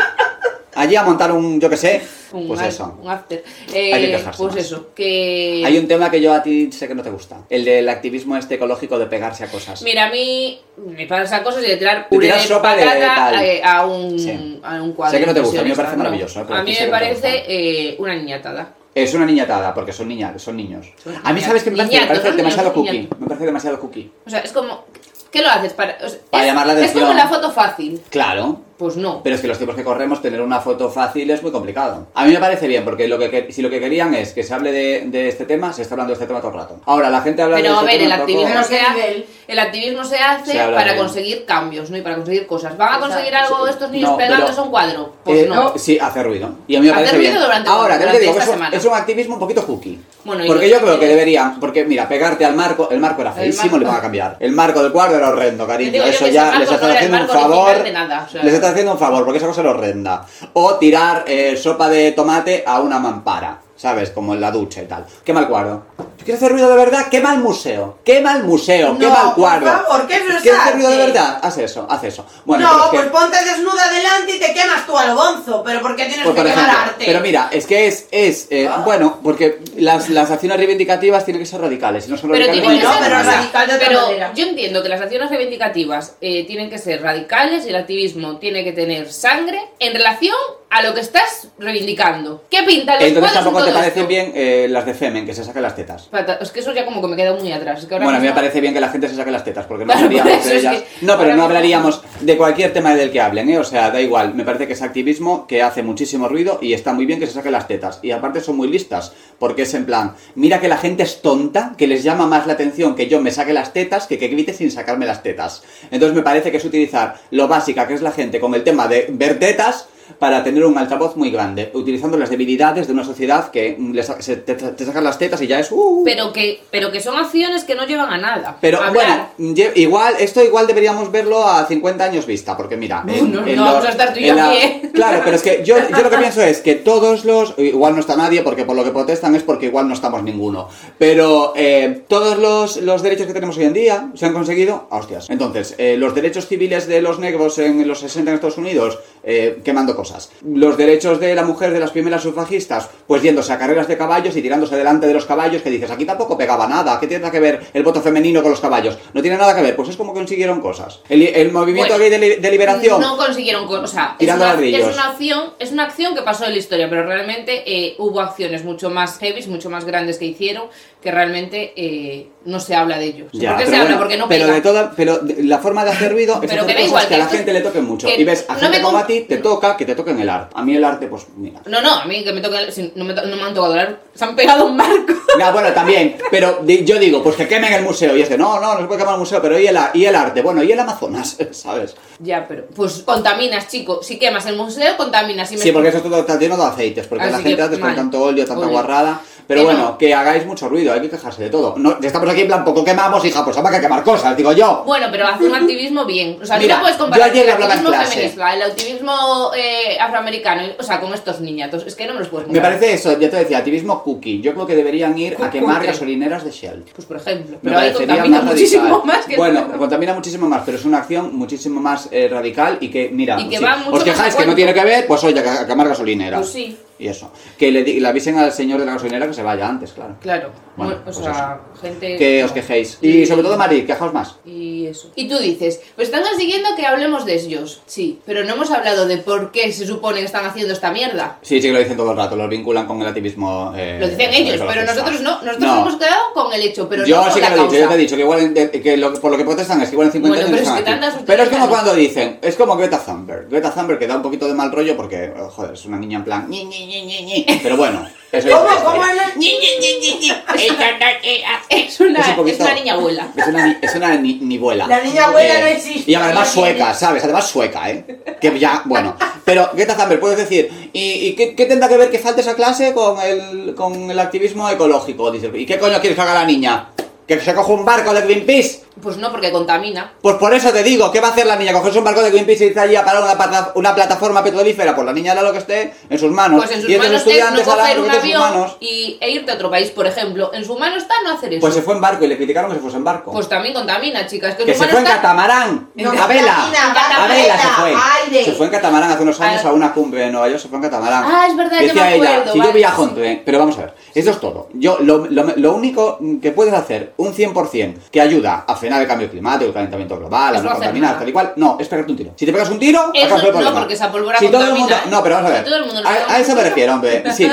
Speaker 2: Allí a montar un, yo qué sé.
Speaker 3: Un
Speaker 2: Pues
Speaker 3: al-
Speaker 2: eso.
Speaker 3: Un after.
Speaker 2: Hay que
Speaker 3: Eh,
Speaker 2: quejarse
Speaker 3: pues
Speaker 2: más.
Speaker 3: eso. Que.
Speaker 2: Hay un tema que yo a ti sé que no te gusta. El del activismo este ecológico de pegarse a cosas.
Speaker 3: Mira, a mí me pasan cosas de tirar puré
Speaker 2: tirar
Speaker 3: de
Speaker 2: sopa de
Speaker 3: patata
Speaker 2: tal.
Speaker 3: eh, a, un,
Speaker 2: Sí.
Speaker 3: a un cuadro.
Speaker 2: Sé que no te gusta, a mí me
Speaker 3: impresionista,
Speaker 2: parece
Speaker 3: no.
Speaker 2: maravilloso, eh, pero
Speaker 3: A
Speaker 2: a ti
Speaker 3: mí
Speaker 2: sé
Speaker 3: me
Speaker 2: que no te
Speaker 3: parece
Speaker 2: gusta.
Speaker 3: eh, una niñatada.
Speaker 2: Es una niñatada, porque son niñas, son niños.
Speaker 3: Son
Speaker 2: A mí,
Speaker 3: niñas.
Speaker 2: ¿sabes qué me parece? Me
Speaker 3: Niñatos,
Speaker 2: parece
Speaker 3: son
Speaker 2: demasiado
Speaker 3: niños,
Speaker 2: cookie.
Speaker 3: niñatos.
Speaker 2: Me parece demasiado cookie.
Speaker 3: O sea, es como. ¿Qué lo haces? Para, o sea,
Speaker 2: Para
Speaker 3: es,
Speaker 2: llamar la
Speaker 3: Es como
Speaker 2: atención.
Speaker 3: la foto fácil.
Speaker 2: Claro,
Speaker 3: pues no.
Speaker 2: Pero es que los tiempos que corremos, tener una foto fácil es muy complicado. A mí me parece bien, porque lo que, que- si lo que querían es que se hable de, de este tema, se está hablando de este tema todo el rato. Ahora, la gente habla de
Speaker 3: Pero a
Speaker 2: este
Speaker 3: ver, el
Speaker 2: tema un poco-
Speaker 3: activismo,
Speaker 6: Pero
Speaker 3: se
Speaker 6: qué
Speaker 3: hace,
Speaker 6: nivel.
Speaker 3: el activismo se hace
Speaker 2: Se habla
Speaker 3: para
Speaker 2: de-
Speaker 3: conseguir cambios, ¿no? Y para conseguir cosas. ¿Van a conseguir
Speaker 6: Exacto.
Speaker 3: algo estos niños
Speaker 2: No, pero-
Speaker 3: pegándose a un cuadro? Pues
Speaker 2: Eh,
Speaker 3: no.
Speaker 2: Sí, hace ruido. Y a mí me
Speaker 3: Hace
Speaker 2: parece
Speaker 3: ruido
Speaker 2: bien.
Speaker 3: durante-
Speaker 2: Ahora,
Speaker 3: durante
Speaker 2: te digo,
Speaker 3: esta
Speaker 2: es un,
Speaker 3: semana.
Speaker 2: es un activismo un poquito cookie.
Speaker 3: Bueno, y
Speaker 2: porque
Speaker 3: los-
Speaker 2: yo creo que deberían, porque mira, pegarte al marco, el marco era feísimo,
Speaker 3: marco.
Speaker 2: le van a cambiar. El marco del cuadro era horrendo,
Speaker 3: Yo
Speaker 2: cariño.
Speaker 3: digo yo
Speaker 2: Eso
Speaker 3: que ese
Speaker 2: ya
Speaker 3: marco
Speaker 2: les
Speaker 3: no
Speaker 2: están
Speaker 3: era el
Speaker 2: haciendo un
Speaker 3: marco original
Speaker 2: favor.
Speaker 3: de nada, o sea.
Speaker 2: Les están haciendo un favor, porque esa cosa era horrenda. O tirar eh, sopa de tomate a una mampara. ¿Sabes? Como en la ducha y tal. Qué mal cuadro. Yo quiero hacer ruido de verdad. Qué mal museo. Qué mal museo. Qué
Speaker 6: No,
Speaker 2: mal
Speaker 6: por
Speaker 2: cuadro.
Speaker 6: favor, ¿qué es eso?
Speaker 2: ¿Quieres hacer ruido de
Speaker 6: Sí.
Speaker 2: verdad? Haz eso, haz eso. Bueno, pero
Speaker 6: no,
Speaker 2: es que-
Speaker 6: pues ponte desnuda delante y te quemas tú al bonzo, pero ¿por qué tienes
Speaker 2: Pues,
Speaker 6: que
Speaker 2: por
Speaker 6: quemar
Speaker 2: ejemplo,
Speaker 6: arte?
Speaker 2: pero mira, es que es, es eh,
Speaker 6: Ah.
Speaker 2: bueno, porque las, las acciones reivindicativas tienen que ser radicales, si no son
Speaker 3: Pero
Speaker 2: radicales
Speaker 3: tienen que
Speaker 2: no
Speaker 6: Bueno,
Speaker 3: ser
Speaker 2: hacen
Speaker 6: pero
Speaker 2: nada.
Speaker 6: radical- de otra
Speaker 3: pero
Speaker 6: manera.
Speaker 3: yo entiendo que las acciones reivindicativas eh, tienen que ser radicales y el activismo tiene que tener sangre en relación a lo que estás reivindicando. ¿Qué pintan los
Speaker 2: Entonces
Speaker 3: cuadros en
Speaker 2: tampoco te
Speaker 3: todo
Speaker 2: parecen
Speaker 3: esto?
Speaker 2: bien eh, las de Femen, que se saquen las tetas.
Speaker 3: Espérate, Es que eso ya como que me quedo muy atrás. es que ahora
Speaker 2: Bueno, a mí me
Speaker 3: mismo-
Speaker 2: parece bien que la gente se saque las tetas, porque no
Speaker 3: Claro,
Speaker 2: hablaríamos
Speaker 3: por eso
Speaker 2: de
Speaker 3: es
Speaker 2: ellas.
Speaker 3: que-
Speaker 2: No, pero
Speaker 3: ahora
Speaker 2: no
Speaker 3: mismo-
Speaker 2: hablaríamos de cualquier tema del que hablen, ¿eh? O sea, da igual. Me parece que es activismo que hace muchísimo ruido y está muy bien que se saquen las tetas. Y aparte son muy listas, porque es en plan, mira que la gente es tonta, que les llama más la atención que yo me saque las tetas que que grite sin sacarme las tetas. Entonces me parece que es utilizar lo básica que es la gente con el tema de ver tetas para tener un altavoz muy grande, utilizando las debilidades de una sociedad que mm, les- se- te, te sacan las tetas y ya es... "Uh".
Speaker 3: Pero que, pero que son acciones que no llevan a nada.
Speaker 2: Pero
Speaker 3: Hablar.
Speaker 2: bueno, lle- igual, esto igual deberíamos verlo a 50 años vista, porque mira.
Speaker 3: No, no, no vamos a estar tú y
Speaker 2: en
Speaker 3: yo aquí, ¿eh?
Speaker 2: Claro, pero es que yo, yo lo que pienso es que todos los. Igual no está nadie, porque por lo que protestan es porque igual no estamos ninguno. Pero eh, todos los, los derechos que tenemos hoy en día se han conseguido a hostias. Entonces, eh, los derechos civiles de los negros en los 60 en Estados Unidos, eh, quemando cosas. Los derechos de la mujer de las primeras sufragistas, pues yéndose a carreras de caballos y tirándose delante de los caballos, que dices, aquí tampoco pegaba nada, ¿qué tiene que ver el voto femenino con los caballos? No tiene nada que ver, pues es como consiguieron cosas. El, el movimiento
Speaker 3: Bueno,
Speaker 2: gay de, li- de liberación.
Speaker 3: No consiguieron co- o sea, es
Speaker 2: Tirando
Speaker 3: una,
Speaker 2: ladrillos.
Speaker 3: es una acción, es una acción que pasó en la historia, pero realmente eh, hubo acciones mucho más heavy, mucho más grandes que hicieron, que realmente eh, no se habla de ello. O sea,
Speaker 2: Ya, pero
Speaker 3: ¿Por qué Pues se habla?
Speaker 2: bueno,
Speaker 3: Porque no
Speaker 2: pero
Speaker 3: pega.
Speaker 2: de toda, pero de- la forma de hacer ruido es
Speaker 3: Pero
Speaker 2: hacer
Speaker 3: que
Speaker 2: cosas
Speaker 3: da igual,
Speaker 2: que a
Speaker 3: que
Speaker 2: la
Speaker 3: esto-
Speaker 2: gente le toque mucho.
Speaker 3: que
Speaker 2: Y ves, a
Speaker 3: no
Speaker 2: gente
Speaker 3: me
Speaker 2: como
Speaker 3: con-
Speaker 2: a ti te toca que te toquen el arte. A mí el arte, pues mira.
Speaker 3: No, no, a mí que me toque, si no, me to- no me han tocado hablar, se han pegado un marco.
Speaker 2: Ya, bueno, también, pero di- yo digo, pues que quemen el museo. Y es de, no, no, no se puede quemar el museo, pero ¿y el, a- y el arte? Bueno, ¿y el Amazonas? ¿Sabes?
Speaker 3: Ya, pero pues contaminas, chico. Si quemas el museo, contaminas. Si me-
Speaker 2: Sí, porque eso todo está lleno de aceites, porque
Speaker 3: Así
Speaker 2: la
Speaker 3: que,
Speaker 2: gente hace con
Speaker 3: mal.
Speaker 2: tanto óleo, tanta
Speaker 3: Óleo.
Speaker 2: guarrada. Pero
Speaker 3: Que
Speaker 2: bueno,
Speaker 3: no.
Speaker 2: que hagáis mucho ruido, hay que quejarse de todo. No, estamos aquí en plan, poco quemamos, hija, pues habrá que quemar cosas, digo yo.
Speaker 3: Bueno, pero hace un activismo bien. O sea,
Speaker 2: Mira,
Speaker 3: tú no puedes comparar
Speaker 2: yo ayer
Speaker 3: el
Speaker 2: hablaba en
Speaker 3: activismo
Speaker 2: clase.
Speaker 3: feminista, el activismo eh, afroamericano, o sea, con estos niñatos. Es que no me los puedes
Speaker 2: Me
Speaker 3: comparar.
Speaker 2: parece eso, ya te decía, activismo cookie. Yo creo que deberían ir a
Speaker 3: Cookie.
Speaker 2: quemar gasolineras de Shell.
Speaker 3: Pues por ejemplo.
Speaker 2: Me
Speaker 3: Pero ahí
Speaker 2: parecería
Speaker 3: contamina
Speaker 2: más
Speaker 3: muchísimo
Speaker 2: radical.
Speaker 3: más que
Speaker 2: Bueno,
Speaker 3: el-
Speaker 2: contamina muchísimo más, pero es una acción muchísimo más eh, radical y que, mira,
Speaker 3: Y que
Speaker 2: si
Speaker 3: va mucho
Speaker 2: os
Speaker 3: más a
Speaker 2: quejáis que no
Speaker 3: cuento.
Speaker 2: tiene que ver, pues oye, a a quemar gasolinera.
Speaker 3: Pues sí,
Speaker 2: Y eso. Que le, di- le avisen al señor de la gasolinera que se vaya antes, claro.
Speaker 3: claro.
Speaker 2: Bueno,
Speaker 3: Mu-
Speaker 2: pues
Speaker 3: o sea, gente.
Speaker 2: Que os quejéis. Y sobre todo, Mari, quejaos más.
Speaker 3: Y eso. Y tú dices, pues están consiguiendo que hablemos de ellos. Sí, pero no hemos hablado de por qué se supone que están haciendo esta mierda.
Speaker 2: Sí, sí que lo dicen todo el rato, lo vinculan con el activismo. eh,
Speaker 3: Lo dicen ellos,
Speaker 2: ecologista.
Speaker 3: pero nosotros no. Nosotros hemos quedado con el hecho, pero
Speaker 2: yo
Speaker 3: no con
Speaker 2: sí que
Speaker 3: la
Speaker 2: lo he dicho,
Speaker 3: causa.
Speaker 2: yo te he dicho que, igual, en- que lo- por lo que protestan es que igual en 50
Speaker 3: Bueno,
Speaker 2: años
Speaker 3: pero es
Speaker 2: están
Speaker 3: que
Speaker 2: aquí.
Speaker 3: tantas
Speaker 2: Pero es como
Speaker 3: utilizan.
Speaker 2: cuando dicen, es como Greta Thunberg. Greta Thunberg que da un poquito de mal rollo porque, eh, joder, es una niña en plan ñi, ñi, ñi, ñi, ñi. Pero bueno, eso es otra
Speaker 6: ¿Cómo,
Speaker 2: historia.
Speaker 6: cómo es la-
Speaker 3: Es una,
Speaker 2: Es un
Speaker 3: es,
Speaker 2: poquito-
Speaker 3: una niña abuela.
Speaker 2: Es una, ni- es una ni- nivuela.
Speaker 6: La niña abuela no existe.
Speaker 2: Y además sueca, ¿sabes? Además sueca, ¿eh? Que ya, bueno. Pero, Greta Thunberg, puedes decir, ¿y, y qué, qué tendrá que ver que falte esa clase con el, con el activismo ecológico? Dice, ¿y qué coño quieres que haga la niña? ¿Que se coja un barco de Greenpeace?
Speaker 3: Pues no, porque contamina.
Speaker 2: Pues por eso te digo, ¿qué va a hacer la niña? ¿Cogerse un barco de Greenpeace y irse allí a parar una, plata- una plataforma petrolífera? Pues la niña hará lo que esté en sus manos.
Speaker 3: Pues en sus
Speaker 2: y estos
Speaker 3: manos es no
Speaker 2: estudiantes harán
Speaker 3: coger
Speaker 2: lo
Speaker 3: un
Speaker 2: que esté en sus
Speaker 3: avión
Speaker 2: manos.
Speaker 3: y, e irte a otro país, por ejemplo. En su mano está no hacer eso.
Speaker 2: Pues se fue en barco y le criticaron que se fuese en barco.
Speaker 3: Pues también contamina, chicas. Que, en
Speaker 2: que
Speaker 3: su
Speaker 2: se
Speaker 3: mano
Speaker 2: fue en
Speaker 3: está-
Speaker 2: catamarán.
Speaker 6: No,
Speaker 2: a vela.
Speaker 6: Catalina,
Speaker 2: A vela se fue.
Speaker 6: aire.
Speaker 2: Se fue en catamarán hace unos años
Speaker 3: Ah.
Speaker 2: a una cumbre en Nueva York, se fue en catamarán.
Speaker 3: Ah, es verdad, ya
Speaker 2: Decía
Speaker 3: me acuerdo,
Speaker 2: ella, si yo
Speaker 3: vale,
Speaker 2: viajo
Speaker 3: sí.
Speaker 2: en tren, eh, pero vamos a ver, eso es todo. Yo, lo, lo- lo único que puedes hacer, un 100% que ayuda a frenar el cambio climático, el calentamiento global, a
Speaker 3: Es no
Speaker 2: no
Speaker 3: hacer
Speaker 2: contaminar,
Speaker 3: nada.
Speaker 2: tal y cual, no, es pegarte un tiro. Si te pegas un tiro,
Speaker 3: Eso
Speaker 2: acabas el
Speaker 3: no,
Speaker 2: problema.
Speaker 3: porque esa pólvora
Speaker 2: si todo el mundo,
Speaker 3: contamina, ¿eh?
Speaker 2: No, pero vamos a
Speaker 3: Si
Speaker 2: ver,
Speaker 3: todo el mundo nos
Speaker 2: a,
Speaker 3: pega
Speaker 2: a
Speaker 3: un
Speaker 2: eso me
Speaker 3: tiro.
Speaker 2: refiero, hombre, sí.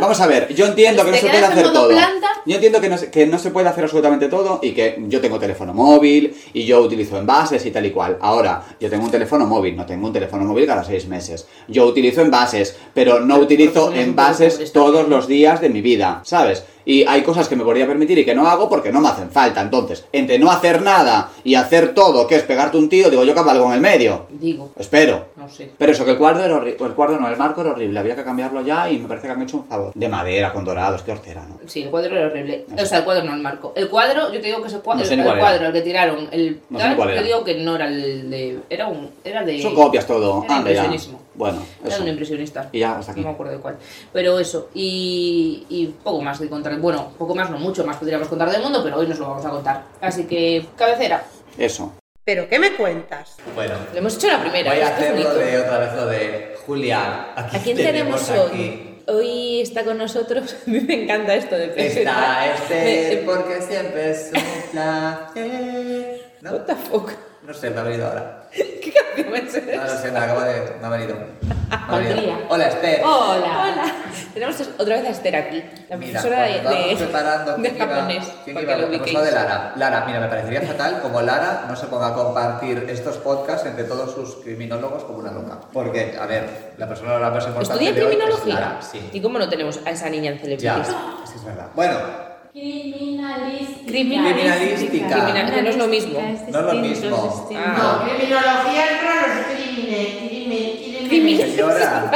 Speaker 2: Vamos a ver, yo entiendo que no
Speaker 3: Si
Speaker 2: se
Speaker 3: te
Speaker 2: puede
Speaker 3: quedas en
Speaker 2: hacer
Speaker 3: modo
Speaker 2: todo.
Speaker 3: planta,
Speaker 2: Yo entiendo que no, se- que no se puede hacer absolutamente todo y que yo tengo teléfono móvil y yo utilizo envases y tal y cual. Ahora, yo tengo un teléfono móvil, no tengo un teléfono móvil cada seis meses. Yo utilizo envases, pero no
Speaker 1: Pero
Speaker 2: utilizo
Speaker 1: porque somos muy
Speaker 2: envases
Speaker 1: pobres
Speaker 2: todos
Speaker 1: también.
Speaker 2: los días de mi vida, ¿sabes? Y hay cosas que me podría permitir y que no hago porque no me hacen falta. Entonces, entre no hacer nada y hacer todo, que es pegarte un tiro, digo yo que algo en el medio.
Speaker 3: Digo,
Speaker 2: Espero.
Speaker 1: No sé.
Speaker 2: Pero eso, que el cuadro era horrible. El cuadro no, el marco era horrible. Había que cambiarlo ya y me parece que han hecho un favor. De madera, con dorados, qué hortera, ¿no?
Speaker 3: sí, el cuadro era horrible. O sea, el cuadro no, el marco. El cuadro, yo te digo que ese cua-
Speaker 2: No sé
Speaker 3: el,
Speaker 2: ni
Speaker 3: el
Speaker 2: cuál era.
Speaker 3: cuadro, el que tiraron, el
Speaker 2: No sé ni cuál
Speaker 3: yo
Speaker 2: era.
Speaker 3: digo que no era el de. Era un. Era de.
Speaker 2: Son copias todo.
Speaker 3: Era
Speaker 2: Anda ya.
Speaker 3: impresionismo.
Speaker 2: Bueno,
Speaker 3: Era
Speaker 2: eso.
Speaker 3: un impresionista.
Speaker 2: Y ya, hasta aquí.
Speaker 3: No me acuerdo de cuál. Pero eso, y, y poco más que contar. Bueno, poco más, no mucho más podríamos contar del mundo, pero hoy nos lo vamos a contar. Así que, cabecera.
Speaker 2: Eso.
Speaker 4: ¿Pero qué me cuentas?
Speaker 7: Bueno,
Speaker 3: Le hemos hecho la primera.
Speaker 7: voy a
Speaker 3: esto es
Speaker 7: hacer lo
Speaker 3: bonito.
Speaker 7: de otra vez lo de Julia.
Speaker 3: ¿A quién tenemos hoy? Hoy está con nosotros. A mí me encanta esto de presentar.
Speaker 7: Está este
Speaker 3: Me-
Speaker 7: Esther,
Speaker 3: eh,
Speaker 7: porque siempre es un placer. ¿No?
Speaker 3: What the fuck?
Speaker 7: No sé, me ha venido ahora.
Speaker 3: ¿Qué canción es
Speaker 7: No,
Speaker 3: esa?
Speaker 7: no sé, me acabo de... Me ha venido. Me ha venido.
Speaker 3: Julia.
Speaker 7: Hola, Esther.
Speaker 3: Hola. Tenemos otra vez a Esther aquí, Oh, la
Speaker 7: Mira,
Speaker 3: profesora de,
Speaker 7: cuando estábamos
Speaker 3: de-
Speaker 7: preparando
Speaker 3: de
Speaker 7: quién iba-
Speaker 3: japonés.
Speaker 7: quién
Speaker 3: para
Speaker 7: iba-
Speaker 3: que lo
Speaker 7: hemos
Speaker 3: ubiquéis.
Speaker 7: hablado de Lara. Lara, mira, me parecería fatal como Lara no se ponga a compartir estos podcasts entre todos sus criminólogos como una loca. Porque, a ver, la persona la más importante
Speaker 3: ¿Estudia
Speaker 7: de hoy es
Speaker 3: criminología?
Speaker 7: Lara, sí.
Speaker 3: ¿Y cómo no tenemos a esa niña en
Speaker 7: Ya,
Speaker 3: Celebrities?
Speaker 7: eso es verdad. Bueno,
Speaker 8: Criminalística.
Speaker 7: Criminalística.
Speaker 3: Criminal- que no es lo mismo.
Speaker 7: No es lo mismo.
Speaker 3: Ah.
Speaker 6: No, criminología entra los crímenes.
Speaker 3: Crimen-
Speaker 7: señora.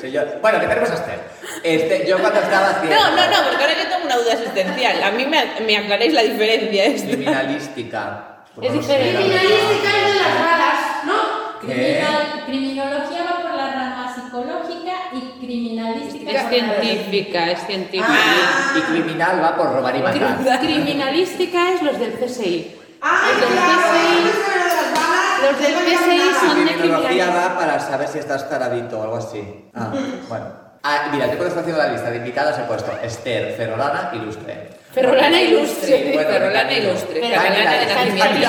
Speaker 7: Señora. Bueno, que tenemos a Esther. Este, yo cuando estaba haciendo...
Speaker 3: No, no, no, porque ahora yo tengo una duda existencial. A mí me, me aclaráis la diferencia. esto.
Speaker 7: Criminalística.
Speaker 3: Es diferente.
Speaker 8: Criminalística es de las raras, ¿no?
Speaker 7: ¿Qué?
Speaker 8: Criminal- criminología va por la rama psicológica y criminalística.
Speaker 9: Es
Speaker 8: por la rama-
Speaker 9: científica, es científica.
Speaker 6: Ah,
Speaker 7: Y criminal va por robar y matar.
Speaker 9: Criminalística es los del CSI.
Speaker 6: ah,
Speaker 9: Los del CSI, los del PSI son de
Speaker 7: Criminología
Speaker 9: criminalística.
Speaker 7: va para saber si estás taradito o algo así. Ah, bueno. Ah, mira, yo cuando estoy haciendo la lista de invitadas he puesto Esther, Ferrolana, Ilustre.
Speaker 3: Ferrolana Ilustre.
Speaker 7: Sí, bueno,
Speaker 3: Ferrolana
Speaker 7: canino.
Speaker 3: Ilustre. Catalana de nacimiento.
Speaker 7: Canino.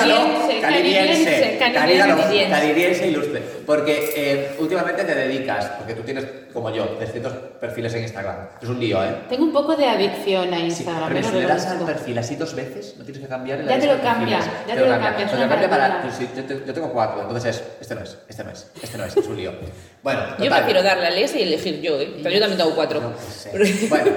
Speaker 7: Canadiense.
Speaker 9: Canadiense, canadiense,
Speaker 7: Canadiense.
Speaker 9: canadiense.
Speaker 7: Canadiense ilustre. Porque eh, últimamente te dedicas, porque tú tienes, como yo, 300 perfiles en Instagram. Es un lío, ¿eh?
Speaker 9: Tengo un poco de adicción a
Speaker 7: Sí,
Speaker 9: Instagram.
Speaker 7: pero
Speaker 9: eso
Speaker 7: si le
Speaker 9: lo
Speaker 7: das al
Speaker 9: reconozco.
Speaker 7: perfil así dos veces, no tienes que cambiar el
Speaker 9: Ya te lo
Speaker 7: cambia,
Speaker 9: cambia, ya te lo cambia, es
Speaker 7: Te lo
Speaker 9: una
Speaker 7: cambia para.
Speaker 9: maravilla.
Speaker 7: pues sí, yo, te- yo tengo cuatro, entonces es. Este no es, este no es, este no es, es un lío. Bueno,
Speaker 3: Yo
Speaker 7: total.
Speaker 3: prefiero darle a Lesa y elegir yo, ¿eh? Pero yo también tengo cuatro.
Speaker 7: No sé. Bueno,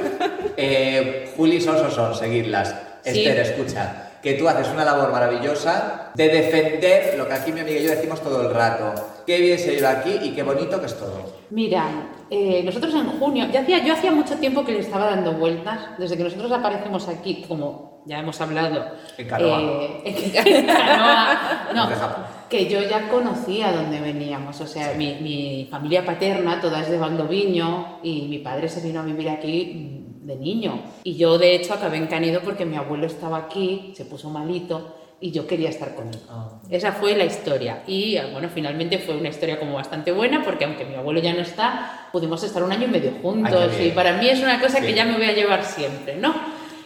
Speaker 7: eh, Juli son, son, son, seguirlas.
Speaker 3: Sí.
Speaker 7: Esther, escucha, que tú haces una labor maravillosa de defender lo que aquí mi amiga y yo decimos todo el rato. Qué bien se lleva aquí y qué bonito que es todo.
Speaker 9: Mira, eh, nosotros en junio, ya hacía, yo hacía mucho tiempo que le estaba dando vueltas, desde que nosotros aparecemos aquí, como ya hemos hablado.
Speaker 7: En canoa.
Speaker 9: eh, en canoa, no,
Speaker 7: Desde Japón.
Speaker 9: que yo ya conocía dónde veníamos, o sea, mi, mi familia paterna toda es de Valdoviño y mi padre se vino a vivir aquí mm, de niño. Y yo de hecho acabé en Canedo porque mi abuelo estaba aquí, se puso malito y yo quería estar con él.
Speaker 7: Ah.
Speaker 9: Esa fue la historia. Y eh, bueno, finalmente fue una historia como bastante buena porque aunque mi abuelo ya no está, pudimos estar un año y medio juntos.
Speaker 7: Ay, Ah, qué
Speaker 9: y
Speaker 7: bien.
Speaker 9: para mí es una cosa
Speaker 7: Sí.
Speaker 9: que ya me voy a llevar siempre, ¿no?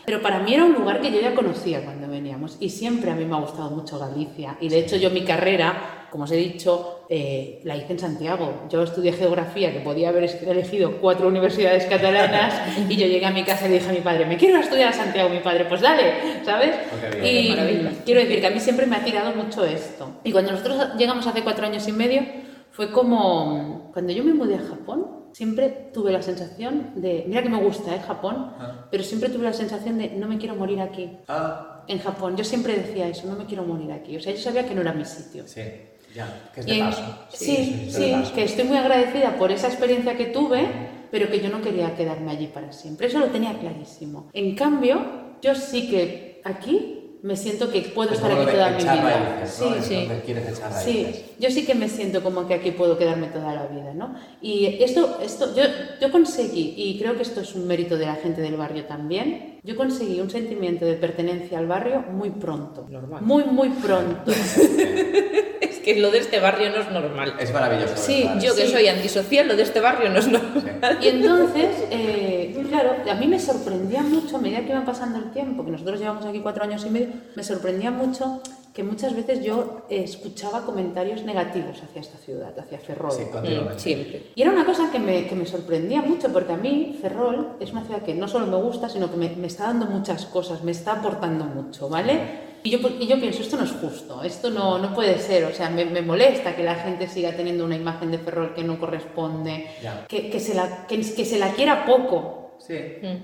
Speaker 9: Pero para mí era un lugar que yo ya conocía cuando veníamos y siempre a mí me ha gustado mucho Galicia. Y de hecho yo mi carrera, como os he dicho, eh, la hice en Santiago. Yo estudié geografía, que podía haber elegido cuatro universidades catalanas y yo llegué a mi casa y le dije a mi padre, me quiero ir a estudiar a Santiago, mi padre, pues dale, ¿sabes?
Speaker 7: Ok, bien.
Speaker 9: Y quiero decir que a mí siempre me ha tirado mucho esto. Y cuando nosotros llegamos hace cuatro años y medio, fue como. Cuando yo me mudé a Japón, siempre tuve la sensación de. Mira que me gusta, ¿eh? Japón.
Speaker 7: Ah.
Speaker 9: Pero siempre tuve la sensación de no me quiero morir aquí,
Speaker 7: Ah,
Speaker 9: en Japón. Yo siempre decía eso, no me quiero morir aquí. O sea, yo sabía que no era mi sitio.
Speaker 7: sí, ya, que es
Speaker 9: Y
Speaker 7: de
Speaker 9: en-
Speaker 7: paso.
Speaker 9: sí,
Speaker 7: es de
Speaker 9: sí,
Speaker 7: paso.
Speaker 9: que estoy muy agradecida por esa experiencia que tuve, pero que yo no quería quedarme allí para siempre. Eso lo tenía clarísimo. En cambio, yo sí que aquí me siento que puedo
Speaker 7: Es
Speaker 9: estar
Speaker 7: como
Speaker 9: aquí
Speaker 7: lo de
Speaker 9: toda mi
Speaker 7: echar
Speaker 9: vida.
Speaker 7: raíces,
Speaker 9: Sí,
Speaker 7: ¿no? Es
Speaker 9: sí.
Speaker 7: donde quieres echar raíces.
Speaker 9: Sí, yo sí que me siento como que aquí puedo quedarme toda la vida, ¿no? Y esto, esto yo, yo conseguí, y creo que esto es un mérito de la gente del barrio también, yo conseguí un sentimiento de pertenencia al barrio muy pronto.
Speaker 3: Normal.
Speaker 9: Muy, muy pronto.
Speaker 3: Es que lo de este barrio no es normal.
Speaker 7: Es maravilloso.
Speaker 3: Sí,
Speaker 7: ¿verdad?
Speaker 3: yo que
Speaker 9: Sí.
Speaker 3: soy antisocial, lo de este barrio no es normal.
Speaker 7: Sí.
Speaker 9: Y entonces, eh, claro, a mí me sorprendía mucho a medida que iba pasando el tiempo, que nosotros llevamos aquí cuatro años y medio, me sorprendía mucho que muchas veces yo eh, escuchaba comentarios negativos hacia esta ciudad, hacia Ferrol.
Speaker 7: Sí, continuamente.
Speaker 9: siempre. Y era una cosa que me, que me sorprendía mucho, porque a mí Ferrol es una ciudad que no solo me gusta, sino que me, me está dando muchas cosas, me está aportando mucho, ¿vale? Y yo, pues, y yo pienso, esto no es justo, esto no, no puede ser, o sea, me, me molesta que la gente siga teniendo una imagen de Ferrol que no corresponde,
Speaker 7: Ya.
Speaker 9: que, que se la, que- que se la quiera poco,
Speaker 7: Sí,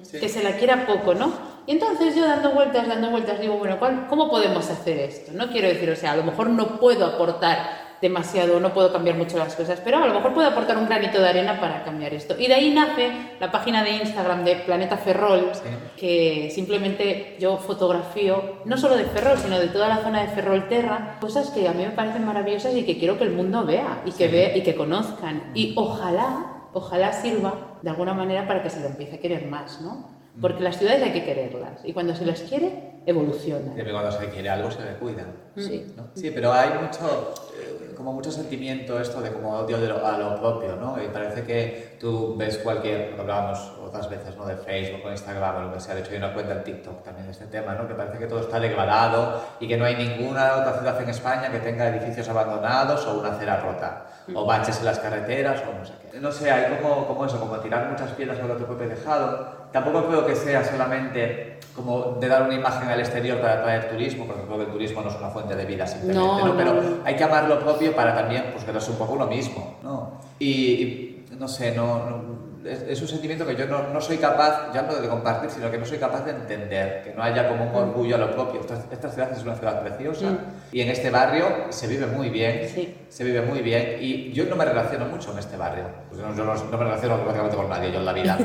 Speaker 7: sí.
Speaker 9: Mm, que se la quiera poco, ¿no? Y entonces yo dando vueltas, dando vueltas, digo, bueno, ¿cuál- ¿cómo podemos hacer esto? No quiero decir, o sea, a lo mejor no puedo aportar demasiado, no puedo cambiar mucho las cosas, pero a lo mejor puedo aportar un granito de arena para cambiar esto. Y de ahí nace la página de Instagram de Planeta Ferrol, que simplemente yo fotografío, no solo de Ferrol, sino de toda la zona de Ferrol Terra, cosas que a mí me parecen maravillosas y que quiero que el mundo vea y que, vea, y que conozcan. Y ojalá ojalá sirva de alguna manera para que se lo empiece a querer más, ¿no? Porque las ciudades hay que quererlas y cuando se las quiere, evolucionan.
Speaker 7: Siempre cuando se quiere algo se le cuida. Sí. Sí, pero hay mucho, eh, como mucho sentimiento esto de como odio de lo- a lo propio, ¿no? Y parece que tú ves cualquier, hablábamos otras veces, ¿no? De Facebook o Instagram o lo que sea. De hecho, hay una cuenta en TikTok también de este tema, ¿no? Que parece que todo está degradado y que no hay ninguna otra ciudad en España que tenga edificios abandonados o una acera rota. O baches en las carreteras o no sé qué. No sé, hay como, como eso, como tirar muchas piedras sobre tu propio tejado. Tampoco creo que sea solamente como de dar una imagen al exterior para atraer turismo, porque creo que el turismo no es una fuente de vida simplemente,
Speaker 9: No,
Speaker 7: ¿no?
Speaker 9: no.
Speaker 7: Pero hay que amar lo propio para también pues quedarse un poco uno mismo, ¿no? Y, y, no sé, no, no- es, es un sentimiento que yo no, no soy capaz, ya no de compartir, sino que no soy capaz de entender, que no haya como un
Speaker 9: Mm.
Speaker 7: orgullo a lo propio. Esta, esta ciudad es una ciudad preciosa y en este barrio se vive muy bien,
Speaker 9: Sí.
Speaker 7: se vive muy bien y yo no me relaciono mucho en este barrio. Pues yo no, yo no- no me relaciono prácticamente con nadie yo en la vida.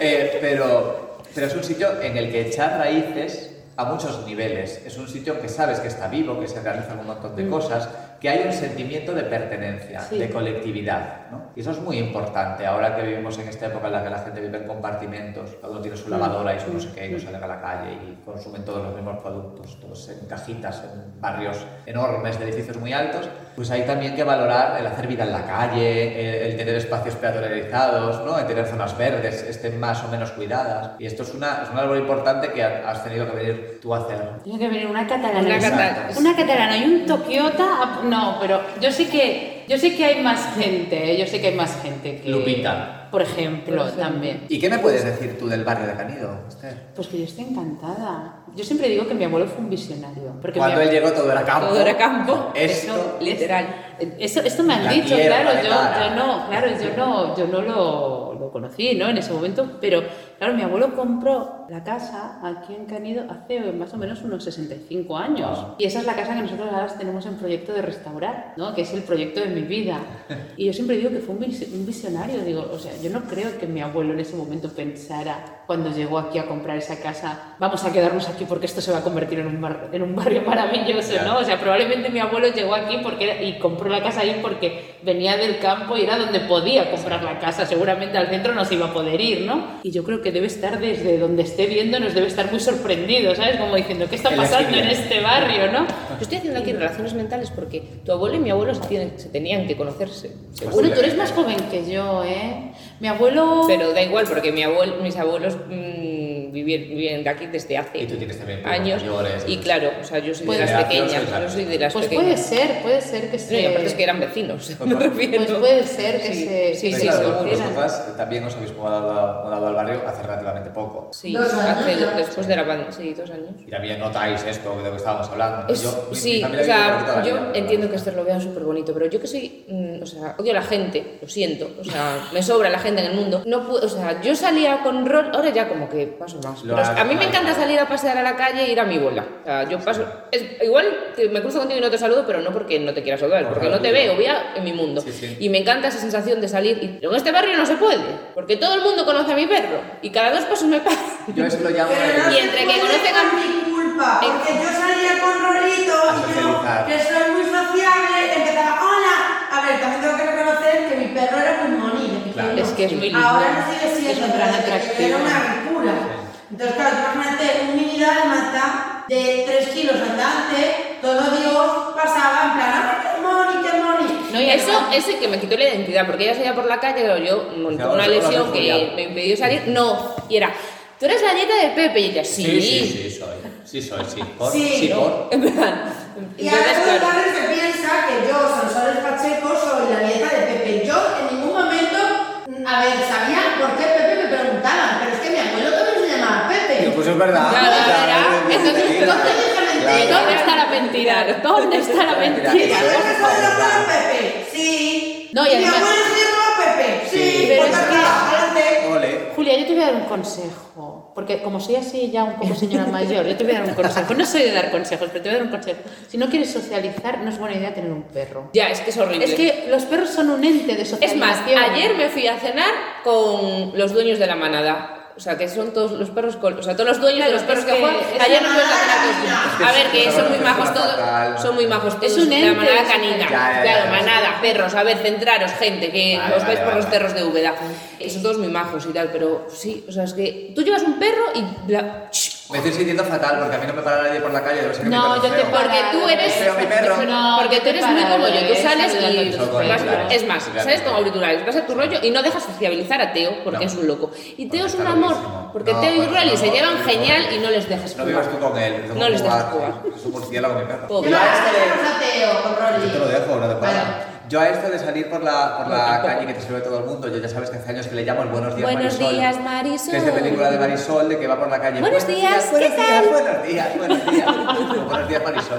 Speaker 7: Eh, pero, pero es un sitio en el que echar raíces a muchos niveles. Es un sitio que sabes que está vivo, que se realizan un montón de cosas, que hay un sentimiento de pertenencia,
Speaker 9: Sí.
Speaker 7: de colectividad. ¿no? Y eso es muy importante ahora que vivimos en esta época en la que la gente vive en compartimentos, cada uno
Speaker 9: Mm.
Speaker 7: tiene su lavadora y su no sé qué, y no salen a la calle y consumen todos los mismos productos, todos en cajitas, en barrios enormes, de edificios muy altos. Pues hay también que valorar el hacer vida en la calle, el, el tener espacios peatonalizados, ¿no? el tener zonas verdes, estén más o menos cuidadas. Y esto es, una, es un árbol importante que ha- has tenido que venir tú a hacer.
Speaker 9: Tiene que venir una catalana.
Speaker 10: Una
Speaker 9: Exacto.
Speaker 10: catalana.
Speaker 9: Una catalana y un toquiota. a- No, pero yo sé que yo sé que hay más gente, ¿eh? yo sé que hay más gente que
Speaker 7: Lupita.
Speaker 9: Por ejemplo, también.
Speaker 7: ¿Y qué me puedes decir tú del barrio de Canido, Esther?
Speaker 9: Pues que yo estoy encantada. Yo siempre digo que mi abuelo fue un visionario, porque mi
Speaker 7: Cuando él
Speaker 9: abuelo-
Speaker 7: llegó todo era campo.
Speaker 3: Todo era campo.
Speaker 7: Esto.
Speaker 3: Literal.
Speaker 9: Eso, esto me han
Speaker 7: La
Speaker 9: dicho,
Speaker 7: tierra
Speaker 9: claro,
Speaker 7: de
Speaker 9: yo,
Speaker 7: Tara.
Speaker 9: yo no, claro, yo no, yo no lo, lo conocí, ¿no? En ese momento, pero claro, mi abuelo compró la casa aquí en Canido hace más o menos unos 65 años y esa es la casa que nosotros ahora tenemos en proyecto de restaurar, ¿no? Que es el proyecto de mi vida y yo siempre digo que fue un vis- un visionario, digo, o sea, yo no creo que mi abuelo en ese momento pensara cuando llegó aquí a comprar esa casa, vamos a quedarnos aquí porque esto se va a convertir en un, bar- en un barrio maravilloso,
Speaker 7: Claro.
Speaker 9: ¿no? O sea, probablemente mi abuelo llegó aquí porque era- y compró la casa ahí porque venía del campo y era donde podía comprar la casa. Seguramente al centro no se iba a poder ir, ¿no? Y yo creo que debe estar desde donde esté viendo, nos debe estar muy sorprendido, ¿sabes? Como diciendo, ¿qué está
Speaker 7: El
Speaker 9: pasando en
Speaker 7: estímulo.
Speaker 9: este barrio, no?
Speaker 3: Yo estoy haciendo aquí relaciones mentales porque tu abuelo y mi abuelo se, tienen- se tenían que conocerse. seguro.
Speaker 9: Bueno, tú eres más joven que yo, ¿eh? Mi abuelo...
Speaker 3: Pero da igual porque mi abuel- mis abuelos mm, vivi- viven aquí desde hace
Speaker 7: Y tú tienes también primos
Speaker 3: años.
Speaker 7: mayores,
Speaker 3: y
Speaker 7: ¿no?
Speaker 3: claro, o sea, yo soy
Speaker 9: Pues-
Speaker 3: de las pequeñas.
Speaker 7: Generación,
Speaker 3: Yo soy de las
Speaker 9: pues puede
Speaker 3: pequeñas.
Speaker 9: ser, puede ser que
Speaker 3: No,
Speaker 9: se...
Speaker 3: y aparte es que eran vecinos. me refiero.
Speaker 9: Pues puede ser que
Speaker 3: Sí,
Speaker 9: se...
Speaker 3: sí,
Speaker 9: que
Speaker 7: Pero
Speaker 9: se
Speaker 7: claro,
Speaker 9: conocieran.
Speaker 7: vosotras también os habéis mudado, mudado al barrio hace relativamente poco.
Speaker 3: Sí, hace- después de la pandemia. Sí, dos años.
Speaker 7: Y también notáis esto de lo que estábamos hablando.
Speaker 3: Es-
Speaker 7: Yo- mi- mi
Speaker 3: sí,
Speaker 7: familia
Speaker 3: o
Speaker 7: vive por aquí toda
Speaker 3: sea,
Speaker 7: la
Speaker 3: yo
Speaker 7: vida, pero-
Speaker 3: entiendo que esto lo vean súper bonito, pero yo que soy, mm, o sea, odio a la gente, lo siento, o sea, me sobra la gente en el mundo. No puedo, o sea, yo salía con rol, ahora ya como que paso más.
Speaker 7: Lo
Speaker 3: pero
Speaker 7: has-
Speaker 3: a mí me encanta salir a pasear a la calle e ir a mi bola. O sea, yo paso, es- igual te- me cruzo contigo y no te saludo, pero no porque no te quiera saludar,
Speaker 7: Por
Speaker 3: porque no te
Speaker 7: algún-
Speaker 3: veo, voy a- en mi mundo.
Speaker 7: Sí, sí.
Speaker 3: Y me encanta esa sensación de salir. y- pero en este barrio no se puede, porque todo el mundo conoce a mi perro y cada dos pasos me pasa.
Speaker 7: Yo eso lo llamo...
Speaker 11: Pero no
Speaker 7: el-
Speaker 3: Y entre
Speaker 11: se
Speaker 3: que
Speaker 11: puede
Speaker 3: conocen a-
Speaker 11: por mi culpa,
Speaker 3: Eh.
Speaker 11: porque yo salía con Rolito y yo,
Speaker 7: socializar.
Speaker 11: que soy muy sociable, empezaba, hola. A ver, también tengo que reconocer que mi perro era muy monino. mi
Speaker 7: Claro.
Speaker 11: perro.
Speaker 9: Es que es muy lindo.
Speaker 11: Ahora no sigue siendo,
Speaker 9: Es un
Speaker 11: pero
Speaker 9: gran
Speaker 11: antes era
Speaker 9: atractivo.
Speaker 11: una locura. Entonces, claro, tú imagínate un mini dálmata de 3 kilos andante, todo Dios pasaba en plan, ¡ay, qué moni, qué moni!
Speaker 3: No, y eso, eso y que me quitó la identidad, porque ella salía por la calle, pero yo mm,
Speaker 7: Claro,
Speaker 3: tuve una
Speaker 7: yo la
Speaker 3: lesión
Speaker 7: conozco
Speaker 3: que
Speaker 7: ya.
Speaker 3: me impidió salir. No, y era, tú eres la nieta de Pepe, y ella, sí.
Speaker 7: Sí, sí, sí, soy. Sí, soy, sí. Por,
Speaker 11: Sí,
Speaker 7: sí,
Speaker 11: ¿no?
Speaker 7: por.
Speaker 3: En plan,
Speaker 11: Y ahora
Speaker 12: Entonces,
Speaker 11: todo el
Speaker 12: claro.
Speaker 11: barrio se piensa que yo, Sansores Pacheco, soy la nieta de Pepe. Yo en ningún momento, a ver, sabía por qué Pepe me preguntaba, pero es que mi abuelo también se llamaba Pepe.
Speaker 7: Pues es verdad.
Speaker 12: Claro,
Speaker 7: O sea,
Speaker 12: ¿verdad?
Speaker 7: es
Speaker 12: Entonces,
Speaker 7: mentira.
Speaker 12: entonces,
Speaker 7: Claro.
Speaker 12: ¿Dónde está la mentira? ¿Dónde está la
Speaker 11: ¿Y mi
Speaker 12: mentira?
Speaker 11: abuelo se llamaba Pepe? Sí.
Speaker 9: No, y
Speaker 11: mi
Speaker 9: además-
Speaker 11: abuelo se llamaba Pepe? Sí,
Speaker 9: Pero
Speaker 11: pues
Speaker 9: es que-
Speaker 11: acá, adelante.
Speaker 7: Ole.
Speaker 9: Julia, yo te voy a dar un consejo, porque como soy así ya un poco señora mayor, yo te voy a dar un consejo. No soy de dar consejos, pero te voy a dar un consejo. Si no quieres socializar, no es buena idea tener un perro.
Speaker 3: Ya, es que es horrible.
Speaker 9: Es que los perros son un ente de
Speaker 3: Es
Speaker 9: socialización.
Speaker 3: más, ayer me fui a cenar con los dueños de la manada. O sea, que son todos los perros, col- o sea, todos los dueños
Speaker 9: Claro,
Speaker 3: de los perros
Speaker 9: es
Speaker 3: que,
Speaker 9: que
Speaker 3: juegan.
Speaker 9: es
Speaker 3: Ayer
Speaker 9: la
Speaker 3: nos fuimos a cenar
Speaker 9: manada.
Speaker 3: con ellos.
Speaker 7: Es que
Speaker 3: A
Speaker 7: es
Speaker 3: ver, que
Speaker 7: una
Speaker 3: son muy
Speaker 7: persona
Speaker 3: majos
Speaker 7: fatal.
Speaker 3: todos. Son muy majos todos.
Speaker 9: Es un
Speaker 3: La
Speaker 9: ente,
Speaker 3: manada
Speaker 9: es un
Speaker 3: canina.
Speaker 9: ente.
Speaker 7: Ya, ya, ya,
Speaker 3: claro,
Speaker 7: ya.
Speaker 3: manada, perros. A ver, centraros, gente, que
Speaker 7: Vale,
Speaker 3: os
Speaker 7: vale,
Speaker 3: vais por
Speaker 7: vale,
Speaker 3: los
Speaker 7: vale.
Speaker 3: cerros de Úbeda. Que son todos muy majos y tal, pero sí, o sea, es que tú llevas un perro y. la-
Speaker 7: Me estoy sintiendo fatal porque a mí no me para nadie por la calle. debe ser que mi
Speaker 9: No,
Speaker 7: perro
Speaker 9: yo
Speaker 7: es
Speaker 9: te
Speaker 7: feo.
Speaker 3: Porque tú eres-
Speaker 7: Feo mi perro.
Speaker 9: No,
Speaker 3: Porque
Speaker 9: yo
Speaker 3: tú
Speaker 9: te
Speaker 3: eres muy
Speaker 9: paro,
Speaker 3: como yo, tú
Speaker 9: eh,
Speaker 3: sales
Speaker 9: saludando a
Speaker 3: y
Speaker 9: tus
Speaker 7: colegas.
Speaker 3: vas- es más,
Speaker 7: Sí, claro.
Speaker 3: sales con auriculares, vas a tu rollo y no dejas sociabilizar a Teo porque
Speaker 7: No.
Speaker 3: es un loco. Y Teo
Speaker 7: Porque
Speaker 3: es un
Speaker 7: está
Speaker 3: amor,
Speaker 7: loquísimo.
Speaker 3: porque
Speaker 7: No,
Speaker 3: Teo y
Speaker 7: porque
Speaker 3: Rally
Speaker 7: no,
Speaker 3: se llevan
Speaker 7: no,
Speaker 3: genial
Speaker 7: no.
Speaker 3: y no les dejas
Speaker 7: No
Speaker 3: jugar.
Speaker 7: vivas tú con él.
Speaker 3: No les dejas jugar.
Speaker 7: Es un murciélago mi perro.
Speaker 3: Pobre.
Speaker 11: Yo
Speaker 7: Yo a este le-
Speaker 11: a Teo con Rolly.
Speaker 7: Yo este te lo dejo una temporada.
Speaker 11: Vale.
Speaker 7: Yo a esto de salir por la, por la calle que te sirve todo el mundo, yo ya sabes que hace años que le llamo el Buenos días
Speaker 3: Buenos
Speaker 7: Marisol.
Speaker 3: días, Marisol.
Speaker 7: Que es de película de Marisol, de que va por la calle.
Speaker 3: Buenos días,
Speaker 7: buenos
Speaker 3: ¿qué
Speaker 7: días,
Speaker 3: tal?
Speaker 7: Buenos días, buenos días. buenos días, Marisol.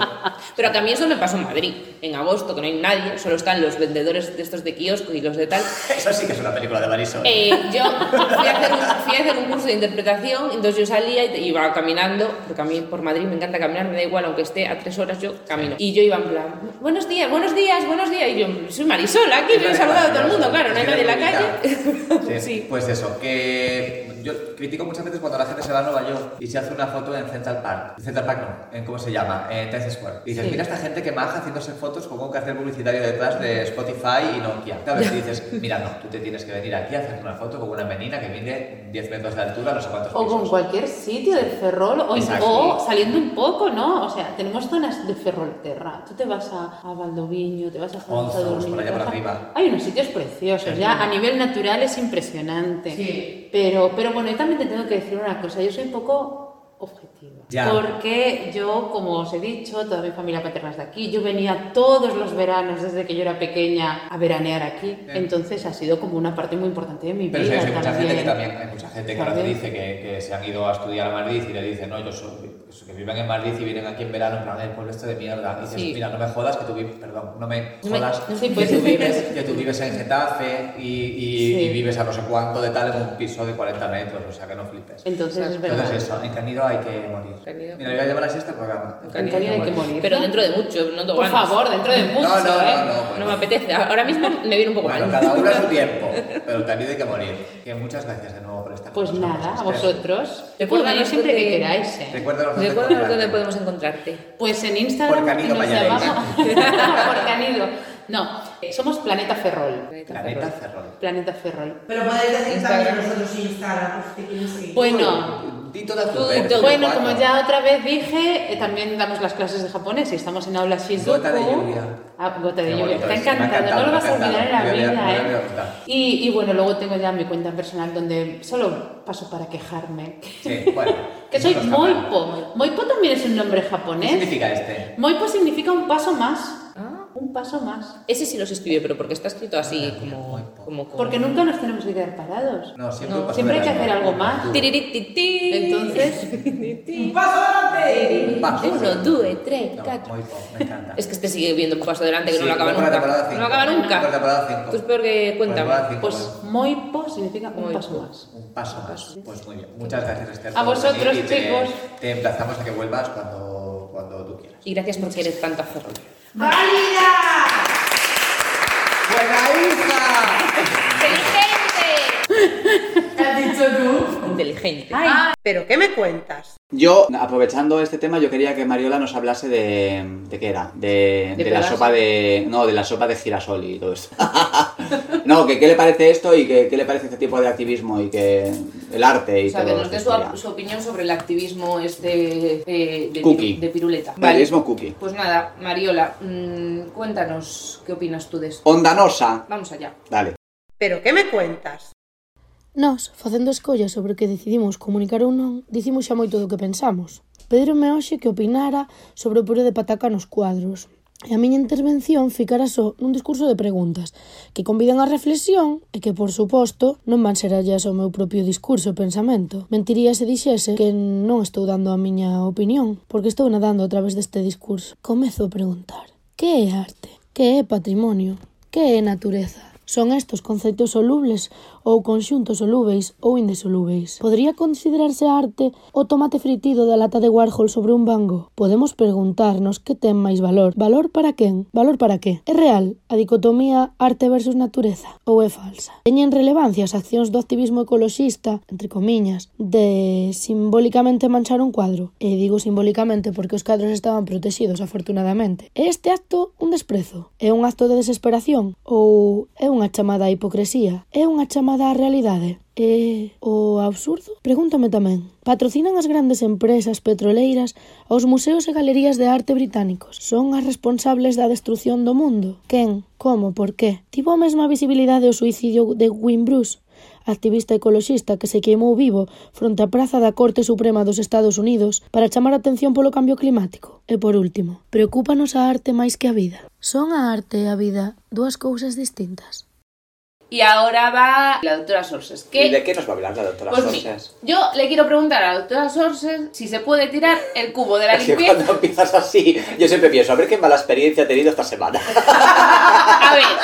Speaker 3: Pero que a mí eso me pasó en Madrid, en agosto, que no hay nadie, solo están los vendedores de estos de kiosco y los de tal.
Speaker 7: Eso sí que es una película de Marisol.
Speaker 3: Eh, yo fui a, hacer un, fui a hacer un curso de interpretación, entonces yo salía y iba caminando, porque a mí por Madrid me encanta caminar, me da igual, aunque esté a tres horas, yo camino. Y yo iba en plan, buenos días, buenos días, buenos días. Y yo, soy Marisol, aquí me he saludado a todo el mundo, claro, no hay nadie en la calle.
Speaker 7: Sí,
Speaker 3: Sí.
Speaker 7: Pues eso, que yo critico muchas veces cuando la gente se va a Nueva York y se hace una foto en Central Park. Central Park no, en cómo se llama, en Times Square. Y dices, mira esta gente que maja haciéndose fotos con un cartel publicitario detrás de Spotify y Nokia. ¿Sabes? Y dices, mira, no, tú te tienes que venir aquí a hacer una foto con una menina que mide 10 metros de altura, no sé cuántos
Speaker 9: O con
Speaker 7: pisos".
Speaker 9: cualquier sitio de Ferrol, o,
Speaker 7: Exacto.
Speaker 9: o saliendo un poco, ¿no? O sea, tenemos zonas de Ferrolterra. Tú te vas a, a Valdoviño, te vas a
Speaker 7: Onzos,
Speaker 9: Sansadurniño,
Speaker 7: por allá
Speaker 9: te vas
Speaker 7: por
Speaker 9: a-
Speaker 7: arriba.
Speaker 9: Hay unos sitios preciosos, ya a nivel natural es impresionante. Pero, pero bueno, yo también te tengo que decir una cosa, yo soy un poco objetiva.
Speaker 7: Ya.
Speaker 9: Porque yo, como os he dicho, toda mi familia paterna es de aquí, yo venía todos los veranos desde que yo era pequeña a veranear aquí, entonces ha sido como una parte muy importante de mi
Speaker 7: Pero sí,
Speaker 9: vida
Speaker 7: hay mucha gente que también, hay mucha gente que ahora te
Speaker 9: También.
Speaker 7: dice que, que se han ido a estudiar a Madrid y le dicen, no, yo soy, pues, que viven en Madrid y vienen aquí en verano, en plan, el pueblo este de mierda. Y dices,
Speaker 3: Sí.
Speaker 7: mira, no me jodas que tú vives, perdón, no me
Speaker 3: No me-
Speaker 7: jodas
Speaker 3: no
Speaker 9: sé,
Speaker 7: que,
Speaker 9: pues.
Speaker 7: tú vives, que tú vives en Getafe y, y-
Speaker 9: Sí.
Speaker 7: y vives a no sé cuánto de tal en un piso de 40 metros, o sea que no flipes.
Speaker 9: Entonces es verdad.
Speaker 7: Entonces eso, en Canido hay que morir.
Speaker 3: Canido.
Speaker 7: Mira, le voy a llamar así este programa.
Speaker 3: En
Speaker 9: En Cádiz hay que morir.
Speaker 3: Pero dentro de mucho, no tengo
Speaker 9: Por
Speaker 3: ganas.
Speaker 9: favor, dentro de mucho,
Speaker 7: No, no,
Speaker 9: ¿eh?
Speaker 7: no, no.
Speaker 3: No
Speaker 7: bueno.
Speaker 3: me apetece, ahora mismo me viene un poco
Speaker 7: Bueno,
Speaker 3: mal.
Speaker 7: cada uno a su tiempo, pero en Canido hay que morir. Que muchas gracias de nuevo por estar con
Speaker 9: Pues
Speaker 7: nosotros,
Speaker 9: nada, a
Speaker 7: Esther.
Speaker 9: vosotros.
Speaker 3: Te
Speaker 9: Pues
Speaker 3: puedo
Speaker 9: venir siempre
Speaker 3: dar
Speaker 9: que
Speaker 3: este-
Speaker 9: queráis, ¿eh?
Speaker 7: Recuérdanos dónde
Speaker 3: Recuerda
Speaker 7: encontrarte.
Speaker 3: dónde podemos encontrarte.
Speaker 9: Pues en Instagram
Speaker 7: Por Canido
Speaker 9: nos
Speaker 7: Valladolid.
Speaker 9: llamamos- por Canido. No, eh, somos Planeta Ferrol.
Speaker 7: Planeta Ferrol.
Speaker 9: Planeta Ferrol.
Speaker 11: Pero podéis decir
Speaker 3: Instagram.
Speaker 11: también nosotros Instagram, pues, si quieres seguir.
Speaker 9: Bueno,
Speaker 7: Di todas tus
Speaker 3: Tú,
Speaker 7: redes,
Speaker 3: tú,
Speaker 9: bueno,
Speaker 7: cuatro.
Speaker 9: como ya otra vez dije, eh, también damos las clases de japonés y estamos en aula Shizuku.
Speaker 7: Gota de lluvia.
Speaker 9: Ah, gota de
Speaker 7: Qué
Speaker 9: lluvia.
Speaker 7: bonito
Speaker 9: Está
Speaker 7: es, me ha
Speaker 9: encantado,
Speaker 7: encantado,
Speaker 9: no lo
Speaker 7: me ha
Speaker 9: vas a olvidar en la
Speaker 7: encantado. Me voy a-
Speaker 9: vida,
Speaker 7: me voy a
Speaker 9: ¿eh?
Speaker 7: apuntar.
Speaker 9: Y, y bueno, luego tengo ya mi cuenta personal donde solo paso para quejarme.
Speaker 7: Sí, bueno.
Speaker 9: Que soy ¿eh?
Speaker 7: Eso está mal.
Speaker 9: Moipo. Moipo también es un nombre
Speaker 7: ¿Qué
Speaker 9: japonés.
Speaker 7: significa este?
Speaker 9: Moipo significa un paso más. Un paso más.
Speaker 3: Ese sí los escribió, pero porque está escrito así, como... como con-
Speaker 9: Porque nunca nos tenemos que quedar parados.
Speaker 7: No, siempre, pasa
Speaker 9: Siempre hay que
Speaker 7: de la-
Speaker 9: hacer algo más.
Speaker 3: Tirirititi.
Speaker 9: Entonces,
Speaker 11: ¡Paso adelante!
Speaker 7: Paso.
Speaker 3: Uno, dos, tres,
Speaker 7: No,
Speaker 3: cuatro.
Speaker 7: Moipo, me encanta.
Speaker 3: Es que este sigue viendo un paso adelante que
Speaker 7: Sí,
Speaker 3: no lo acaba
Speaker 7: voy por la temporada
Speaker 3: nunca.
Speaker 7: cinco.
Speaker 3: No acaba
Speaker 7: Voy por la temporada
Speaker 3: nunca.
Speaker 7: cinco.
Speaker 3: Tú es peor que
Speaker 7: Por la temporada
Speaker 3: cuéntame.
Speaker 7: cinco,
Speaker 9: pues moipo significa un
Speaker 3: Moipo.
Speaker 9: paso más.
Speaker 7: Un paso más. Pues muy bien. Muchas gracias, Esther.
Speaker 9: A
Speaker 7: por
Speaker 9: vosotros,
Speaker 7: venir y te-
Speaker 9: chicos.
Speaker 7: Te emplazamos a que vuelvas cuando, cuando tú quieras.
Speaker 3: Y gracias por querer tanto a Ferrol.
Speaker 11: ¡Válida!
Speaker 7: ¡Buena hija!
Speaker 3: ¡Inteligente!
Speaker 11: ¿Has dicho tú?
Speaker 3: Inteligente.
Speaker 4: ¿Pero qué me cuentas?
Speaker 2: Yo, aprovechando este tema, yo quería que Mariola nos hablase de. ¿De qué era? De,
Speaker 9: ¿De
Speaker 2: de la
Speaker 9: Pegaso?
Speaker 2: sopa de. No, de la sopa de girasol y todo esto. no, que qué le parece esto y que qué le parece este tipo de activismo y que. el arte y
Speaker 12: O sea, que
Speaker 2: todo
Speaker 12: nos
Speaker 2: este
Speaker 12: dé su,
Speaker 2: esto ya.
Speaker 12: su opinión sobre el activismo este eh, de,
Speaker 2: Cookie.
Speaker 12: de piruleta.
Speaker 2: Activismo cookie.
Speaker 12: Pues nada, Mariola, mm, cuéntanos qué opinas tú de esto.
Speaker 2: Ondanosa.
Speaker 12: Vamos allá.
Speaker 2: Dale.
Speaker 4: ¿Pero qué me cuentas?
Speaker 13: Nós, facendo escollas sobre o que decidimos comunicar ou non, dicimos xa moito do que pensamos. Pedrome hoxe que opinara sobre o puré de pataca nos cuadros. E a miña intervención ficará só nun discurso de preguntas que convidan á reflexión e que, por suposto, non van ser allas ao meu propio discurso e pensamento. Mentiría se dixese que non estou dando a miña opinión, porque estou nadando a través deste discurso. Comezo a preguntar, que é arte? Que é patrimonio? Que é natureza? Son estes conceptos solubles ou conxuntos solúveis ou indesolúveis? Podría considerarse arte o tomate fritido da lata de Warhol sobre un bango? Podemos preguntarnos que ten máis valor. Valor para quen? Valor para que? É real a dicotomía arte versus natureza ou é falsa? Teñen relevancia as accións do activismo ecoloxista, entre comiñas, de simbólicamente manchar un cuadro? E digo simbólicamente porque os cadros estaban protegidos, afortunadamente. É este acto un desprezo? É un acto de desesperación? Ou é unha chamada á hipocresía? É unha chamada á realidade? É o absurdo? Pregúntame tamén. Patrocinan as grandes empresas petroleiras aos museos e galerías de arte británicos. Son as responsables da destrución do mundo. Quen? Como? Por qué? Tivo a mesma visibilidade o suicidio de Wim Bruce, activista ecoloxista que se queimou vivo fronte á praza da Corte Suprema dos Estados Unidos para chamar a atención polo cambio climático. E por último, preocúpanos a arte máis que a vida. Son a arte e a vida dúas cousas distintas.
Speaker 3: Y ahora va la doctora Sorses.
Speaker 2: ¿Y
Speaker 3: Que
Speaker 2: de qué nos va a hablar la doctora
Speaker 3: Pues sí.
Speaker 2: Sorses?
Speaker 3: yo le quiero preguntar a la doctora Sorses si se puede tirar el cubo de la
Speaker 2: Es que
Speaker 3: limpieza.
Speaker 2: cuando empiezas así, yo siempre pienso, a ver qué mala experiencia he tenido esta semana.
Speaker 3: A ver,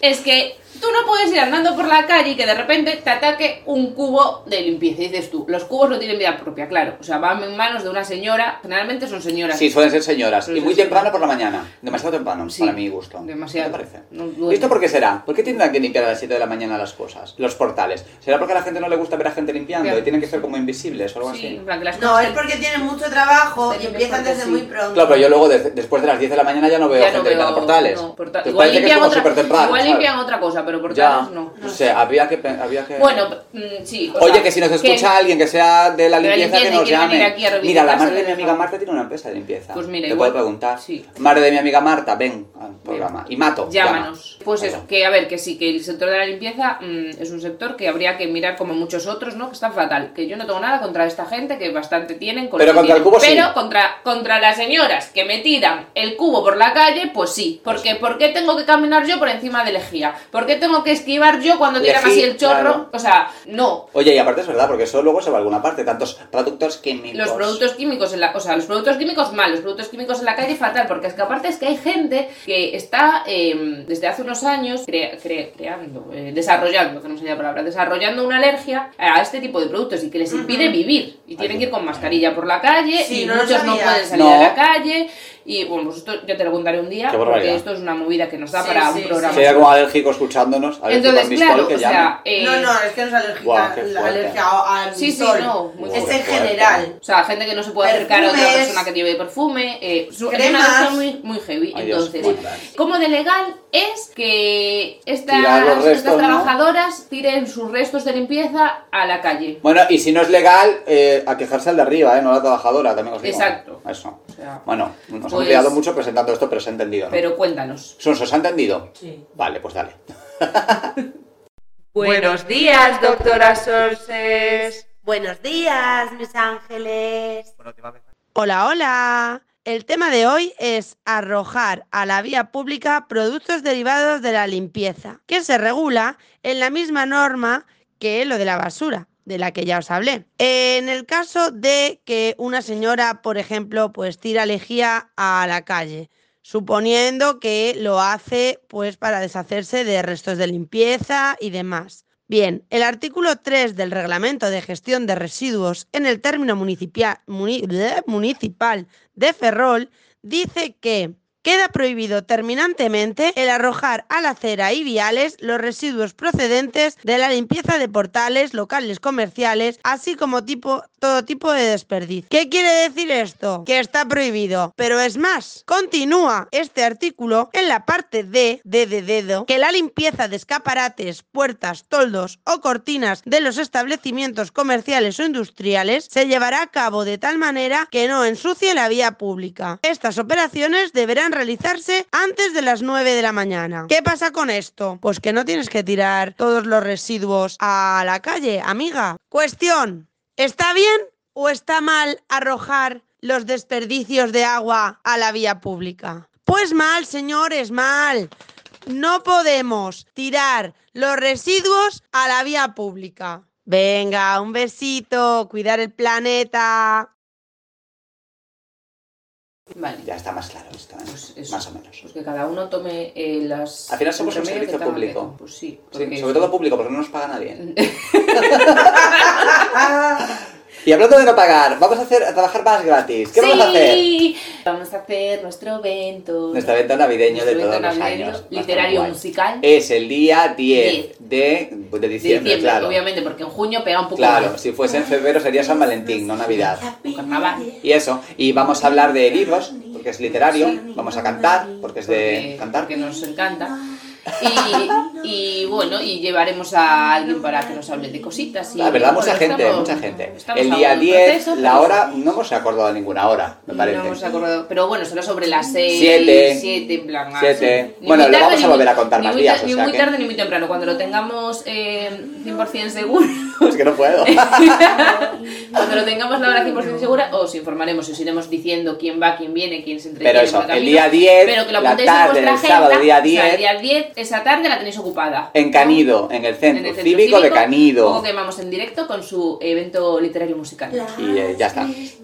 Speaker 3: es que tú no puedes ir andando por la calle y que de repente te ataque un cubo de limpieza. Y dices tú, los cubos no tienen vida propia, claro. O sea, van en manos de una señora, generalmente son señoras.
Speaker 2: Sí, suelen ser señoras.
Speaker 3: Suelen
Speaker 2: y
Speaker 3: ser
Speaker 2: muy
Speaker 3: señoras.
Speaker 2: temprano por la mañana. Demasiado temprano, para mi gusto.
Speaker 3: Demasiado.
Speaker 2: ¿No te parece?
Speaker 3: No
Speaker 2: ¿Y
Speaker 3: duele.
Speaker 2: esto por qué será? ¿Por qué tendrán que limpiar a las 7 de la mañana las cosas? Los portales. ¿Será porque a la gente no le gusta ver a gente limpiando
Speaker 3: Claro.
Speaker 2: y tienen que ser como invisibles o algo
Speaker 3: Sí,
Speaker 2: así?
Speaker 3: en plan que las
Speaker 6: No,
Speaker 3: cosas-
Speaker 6: es porque tienen mucho trabajo y empiezan desde muy pronto.
Speaker 2: Claro, pero yo luego de- después de las 10 de la mañana ya no veo
Speaker 3: Ya no
Speaker 2: gente
Speaker 3: veo-
Speaker 2: limpiando portales.
Speaker 3: no, porta-
Speaker 2: Entonces
Speaker 3: Igual,
Speaker 2: parece que es
Speaker 3: limpian
Speaker 2: como
Speaker 3: otra,
Speaker 2: súper temprano.
Speaker 3: igual
Speaker 2: ¿sabes?
Speaker 3: limpian otra cosa, pero
Speaker 2: Ya,
Speaker 3: portales no.
Speaker 2: no sé, había que, pe- había que...
Speaker 3: Bueno, mm, sí. o
Speaker 2: Oye,
Speaker 3: sea,
Speaker 2: que si nos escucha alguien que sea de la
Speaker 3: de la
Speaker 2: limpieza,
Speaker 3: limpieza y
Speaker 2: que nos
Speaker 3: quiere venir
Speaker 2: llame.
Speaker 3: aquí a revisar
Speaker 2: Mira, la
Speaker 3: casa,
Speaker 2: madre de
Speaker 3: le
Speaker 2: mi amiga Marta tiene una empresa de limpieza.
Speaker 3: Pues mira,
Speaker 2: Te
Speaker 3: igual-
Speaker 2: puedo preguntar. Madre de mi amiga Marta, ven al programa. Y mato. llama.
Speaker 3: Llámanos. Pues eso, que a ver, que sí, que el sector de la limpieza mm, es un sector que habría que mirar como muchos otros, ¿no? Que está fatal. Que yo no tengo nada contra esta gente, que bastante tienen. Con lo
Speaker 2: Pero
Speaker 3: que
Speaker 2: contra el
Speaker 3: tienen.
Speaker 2: cubo sí.
Speaker 3: Pero contra, contra las señoras que me tiran el cubo por la calle, pues sí. Porque ¿por qué tengo que caminar yo por encima de lejía? ¿Por qué tengo que esquivar yo cuando tiran
Speaker 2: Lejí,
Speaker 3: así el chorro?
Speaker 2: claro.
Speaker 3: O sea, no.
Speaker 2: Oye, y aparte es verdad, porque eso luego se va a alguna parte. Tantos productos químicos.
Speaker 3: Los productos químicos en la, o sea, los productos químicos mal, los productos químicos en la calle fatal, porque es que aparte es que hay gente que está eh, desde hace unos años crea- cre- creando, eh, desarrollando, que no sé la palabra, desarrollando una alergia a este tipo de productos y que les impide vivir y tienen que ir con mascarilla por la calle
Speaker 6: Sí,
Speaker 3: y
Speaker 6: no lo
Speaker 3: muchos no
Speaker 6: sabía.
Speaker 3: pueden salir a
Speaker 2: No.
Speaker 3: la calle y bueno, pues esto ya te lo contaré un día
Speaker 2: Qué
Speaker 3: porque
Speaker 2: barbaridad.
Speaker 3: esto es una movida que nos da
Speaker 6: Sí,
Speaker 3: para un
Speaker 6: sí,
Speaker 3: programa.
Speaker 2: Si hay algún alérgico escuchándonos, alérgico
Speaker 3: Entonces,
Speaker 2: al Mistol,
Speaker 3: claro,
Speaker 2: que
Speaker 3: o sea,
Speaker 2: llame.
Speaker 3: eh,
Speaker 6: No, no, es que no es alérgica,
Speaker 2: Guau, qué
Speaker 6: la
Speaker 2: fuerte.
Speaker 6: alergia a- al
Speaker 3: Sí, sí,
Speaker 6: sol.
Speaker 3: no, muy
Speaker 6: es en
Speaker 2: fuerte.
Speaker 6: general.
Speaker 3: O sea, gente que no se puede acercar a otra
Speaker 6: Perfumes.
Speaker 3: persona que lleve perfume. Eh, su- es una
Speaker 6: Cremas.
Speaker 3: adicción muy, muy heavy.
Speaker 2: Ay, Dios,
Speaker 3: Entonces,
Speaker 2: bueno.
Speaker 3: ¿cómo de legal es que
Speaker 2: Tirar
Speaker 3: estas,
Speaker 2: los restos,
Speaker 3: estas
Speaker 2: ¿no?
Speaker 3: trabajadoras tiren sus restos de limpieza a la calle?
Speaker 2: Bueno, y si no es legal, eh, a quejarse al de arriba, ¿eh? No a la trabajadora, también os digo.
Speaker 3: Exacto.
Speaker 2: Eso.
Speaker 3: O sea,
Speaker 2: Bueno, nos
Speaker 3: Pues-
Speaker 2: hemos liado mucho presentando esto, pero se ha entendido, ¿no?
Speaker 3: pero cuéntanos.
Speaker 2: Sonso, ¿se ha entendido?
Speaker 6: Sí.
Speaker 2: Vale, pues dale.
Speaker 11: Buenos días, doctora Sorses.
Speaker 5: Buenos días, mis ángeles.
Speaker 11: Hola, hola. El tema de hoy es arrojar a la vía pública productos derivados de la limpieza, que se regula en la misma norma que lo de la basura, de la que ya os hablé. En el caso de que una señora, por ejemplo, pues tira lejía a la calle, suponiendo que lo hace pues para deshacerse de restos de limpieza y demás. Bien, el artículo 3 del Reglamento de Gestión de Residuos en el término municipia- muni- bleh, municipal de Ferrol dice que queda prohibido terminantemente el arrojar a la acera y viales los residuos procedentes de la limpieza de portales, locales comerciales, así como tipo, todo tipo de desperdicio. ¿Qué quiere decir esto? Que está prohibido. Pero es más, continúa este artículo en la parte D, D de dedo, que la limpieza de escaparates, puertas, toldos o cortinas de los establecimientos comerciales o industriales se llevará a cabo de tal manera que no ensucie la vía pública. Estas operaciones deberán deberán realizarse antes de las 9 de la mañana. ¿Qué pasa con esto? Pues que no tienes que tirar todos los residuos a la calle, amiga. Cuestión, ¿está bien o está mal arrojar los desperdicios de agua a la vía pública? Pues mal, señores, mal. No podemos tirar los residuos a la vía pública. Venga, un besito, cuidar el planeta.
Speaker 3: Vale.
Speaker 2: Ya está más claro esto, ¿eh? más o menos.
Speaker 3: Pues que cada uno tome eh, las.
Speaker 2: Al final somos un
Speaker 3: el remedio que
Speaker 2: servicio
Speaker 3: tenga que
Speaker 2: público.
Speaker 3: tomar. Pues sí.
Speaker 2: Sí, sobre
Speaker 3: porque es-
Speaker 2: todo público, porque no nos paga nadie. y hablando de no pagar, vamos a hacer a trabajar más gratis. ¿Qué vamos a hacer?
Speaker 3: sí, vamos a hacer nuestro evento.
Speaker 2: Nuestro evento navideño de
Speaker 3: Nuestro
Speaker 2: todos
Speaker 3: evento
Speaker 2: los
Speaker 3: navideño,
Speaker 2: años.
Speaker 3: Literario
Speaker 2: Bastante
Speaker 3: musical.
Speaker 2: guay. Es el día 10 de, de
Speaker 3: de
Speaker 2: diciembre,
Speaker 3: diciembre,
Speaker 2: claro.
Speaker 3: obviamente, porque en junio pega un poco
Speaker 2: Claro,
Speaker 3: más.
Speaker 2: si fuese en febrero sería San Valentín, no Navidad.
Speaker 3: O carnaval.
Speaker 2: Y eso, y vamos a hablar de libros, porque es literario, vamos a cantar, porque es de cantar.
Speaker 3: nos encanta. Y, y bueno, y llevaremos a alguien para que nos hable de cositas. Y,
Speaker 2: La verdad, mucha
Speaker 3: bueno,
Speaker 2: gente,
Speaker 3: estamos-
Speaker 2: mucha gente.
Speaker 3: estamos
Speaker 2: El
Speaker 3: aún
Speaker 2: día
Speaker 3: en
Speaker 2: 10,
Speaker 3: proceso,
Speaker 2: la
Speaker 3: pero
Speaker 2: hora, no hemos acordado ninguna hora, me
Speaker 3: No hemos
Speaker 2: parece.
Speaker 3: acordado. Pero bueno, será sobre las 6,
Speaker 2: Siete.
Speaker 3: 7, en plan. ah,
Speaker 2: Siete.
Speaker 3: sí. Ni
Speaker 2: Bueno,
Speaker 3: muy
Speaker 2: lo
Speaker 3: tarde,
Speaker 2: vamos a
Speaker 3: ni
Speaker 2: volver
Speaker 3: muy-
Speaker 2: a contar
Speaker 3: ni
Speaker 2: más
Speaker 3: muy
Speaker 2: días,
Speaker 3: ta-
Speaker 2: o
Speaker 3: Ni
Speaker 2: sea
Speaker 3: muy
Speaker 2: que-
Speaker 3: tarde ni muy temprano. Cuando lo tengamos eh, 100% seguro.
Speaker 2: Es que no puedo.
Speaker 3: Cuando lo tengamos la hora 100% segura, os informaremos, os iremos diciendo quién va, quién viene, quién se entretiene.
Speaker 2: Pero eso,
Speaker 3: por
Speaker 2: el
Speaker 3: camino.
Speaker 2: día 10,
Speaker 3: Pero que lo
Speaker 2: la
Speaker 3: apuntéis en
Speaker 2: tarde
Speaker 3: vuestra
Speaker 2: del
Speaker 3: agenda,
Speaker 2: sábado, día
Speaker 3: o sea,
Speaker 2: 10.
Speaker 3: el día 10, esa tarde la tenéis ocupada.
Speaker 2: En Canido, en el centro,
Speaker 3: En el centro
Speaker 2: cívico, de Canido.
Speaker 3: Como que vamos en directo con su evento literario musical.
Speaker 2: Y eh, ya está.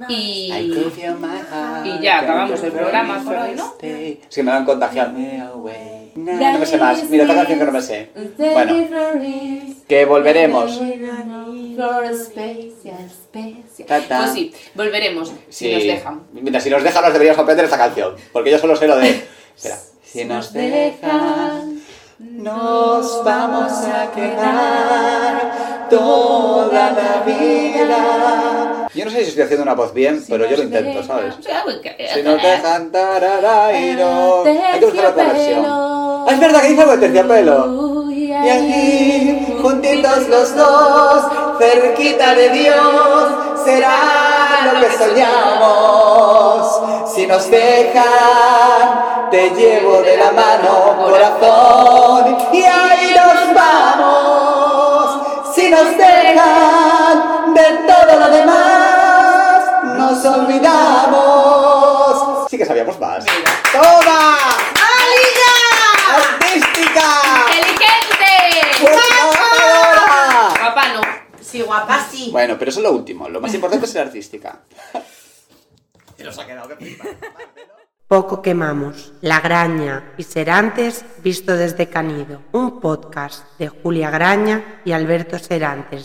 Speaker 3: Y,
Speaker 2: y
Speaker 3: ya acabamos el programa por hoy, ¿no?
Speaker 2: Es que me van contagiado. Me away. No, no me sé más. Mira, otra canción que no me sé. Bueno, que volveremos. Ta, ta.
Speaker 3: Pues sí, volveremos si
Speaker 2: Sí.
Speaker 3: nos dejan.
Speaker 2: Mira, si nos dejan, nos deberíamos aprender esta canción. Porque yo solo sé lo de. Espera. Si nos
Speaker 3: dejan,
Speaker 2: nos vamos a quedar toda la vida. Yo no sé si estoy haciendo una voz bien, pero yo lo intento, ¿sabes? Si nos
Speaker 3: Ah,
Speaker 2: dejan, tararairo. Hay que buscar otra versión. Ah, es verdad que dice algo de terciopelo.
Speaker 3: Y
Speaker 2: aquí, juntitos los dos, cerquita de Dios, será lo que soñamos. Si nos dejan, te llevo de la mano, corazón, y ahí nos vamos. Si nos dejan, de todo lo demás, nos olvidamos. Sí que sabíamos más. ¡Toma! ¡Artística!
Speaker 3: ¡Inteligente!
Speaker 2: ¡Pues ahora!
Speaker 3: Guapa no.
Speaker 6: Sí, guapa sí.
Speaker 2: Bueno, pero eso es lo último. Lo más importante es la artística.
Speaker 7: Y nos ha quedado que flipa.
Speaker 11: Poco quemamos, La Graña y Serantes visto desde Canido, un podcast de Julia Graña y Alberto Serantes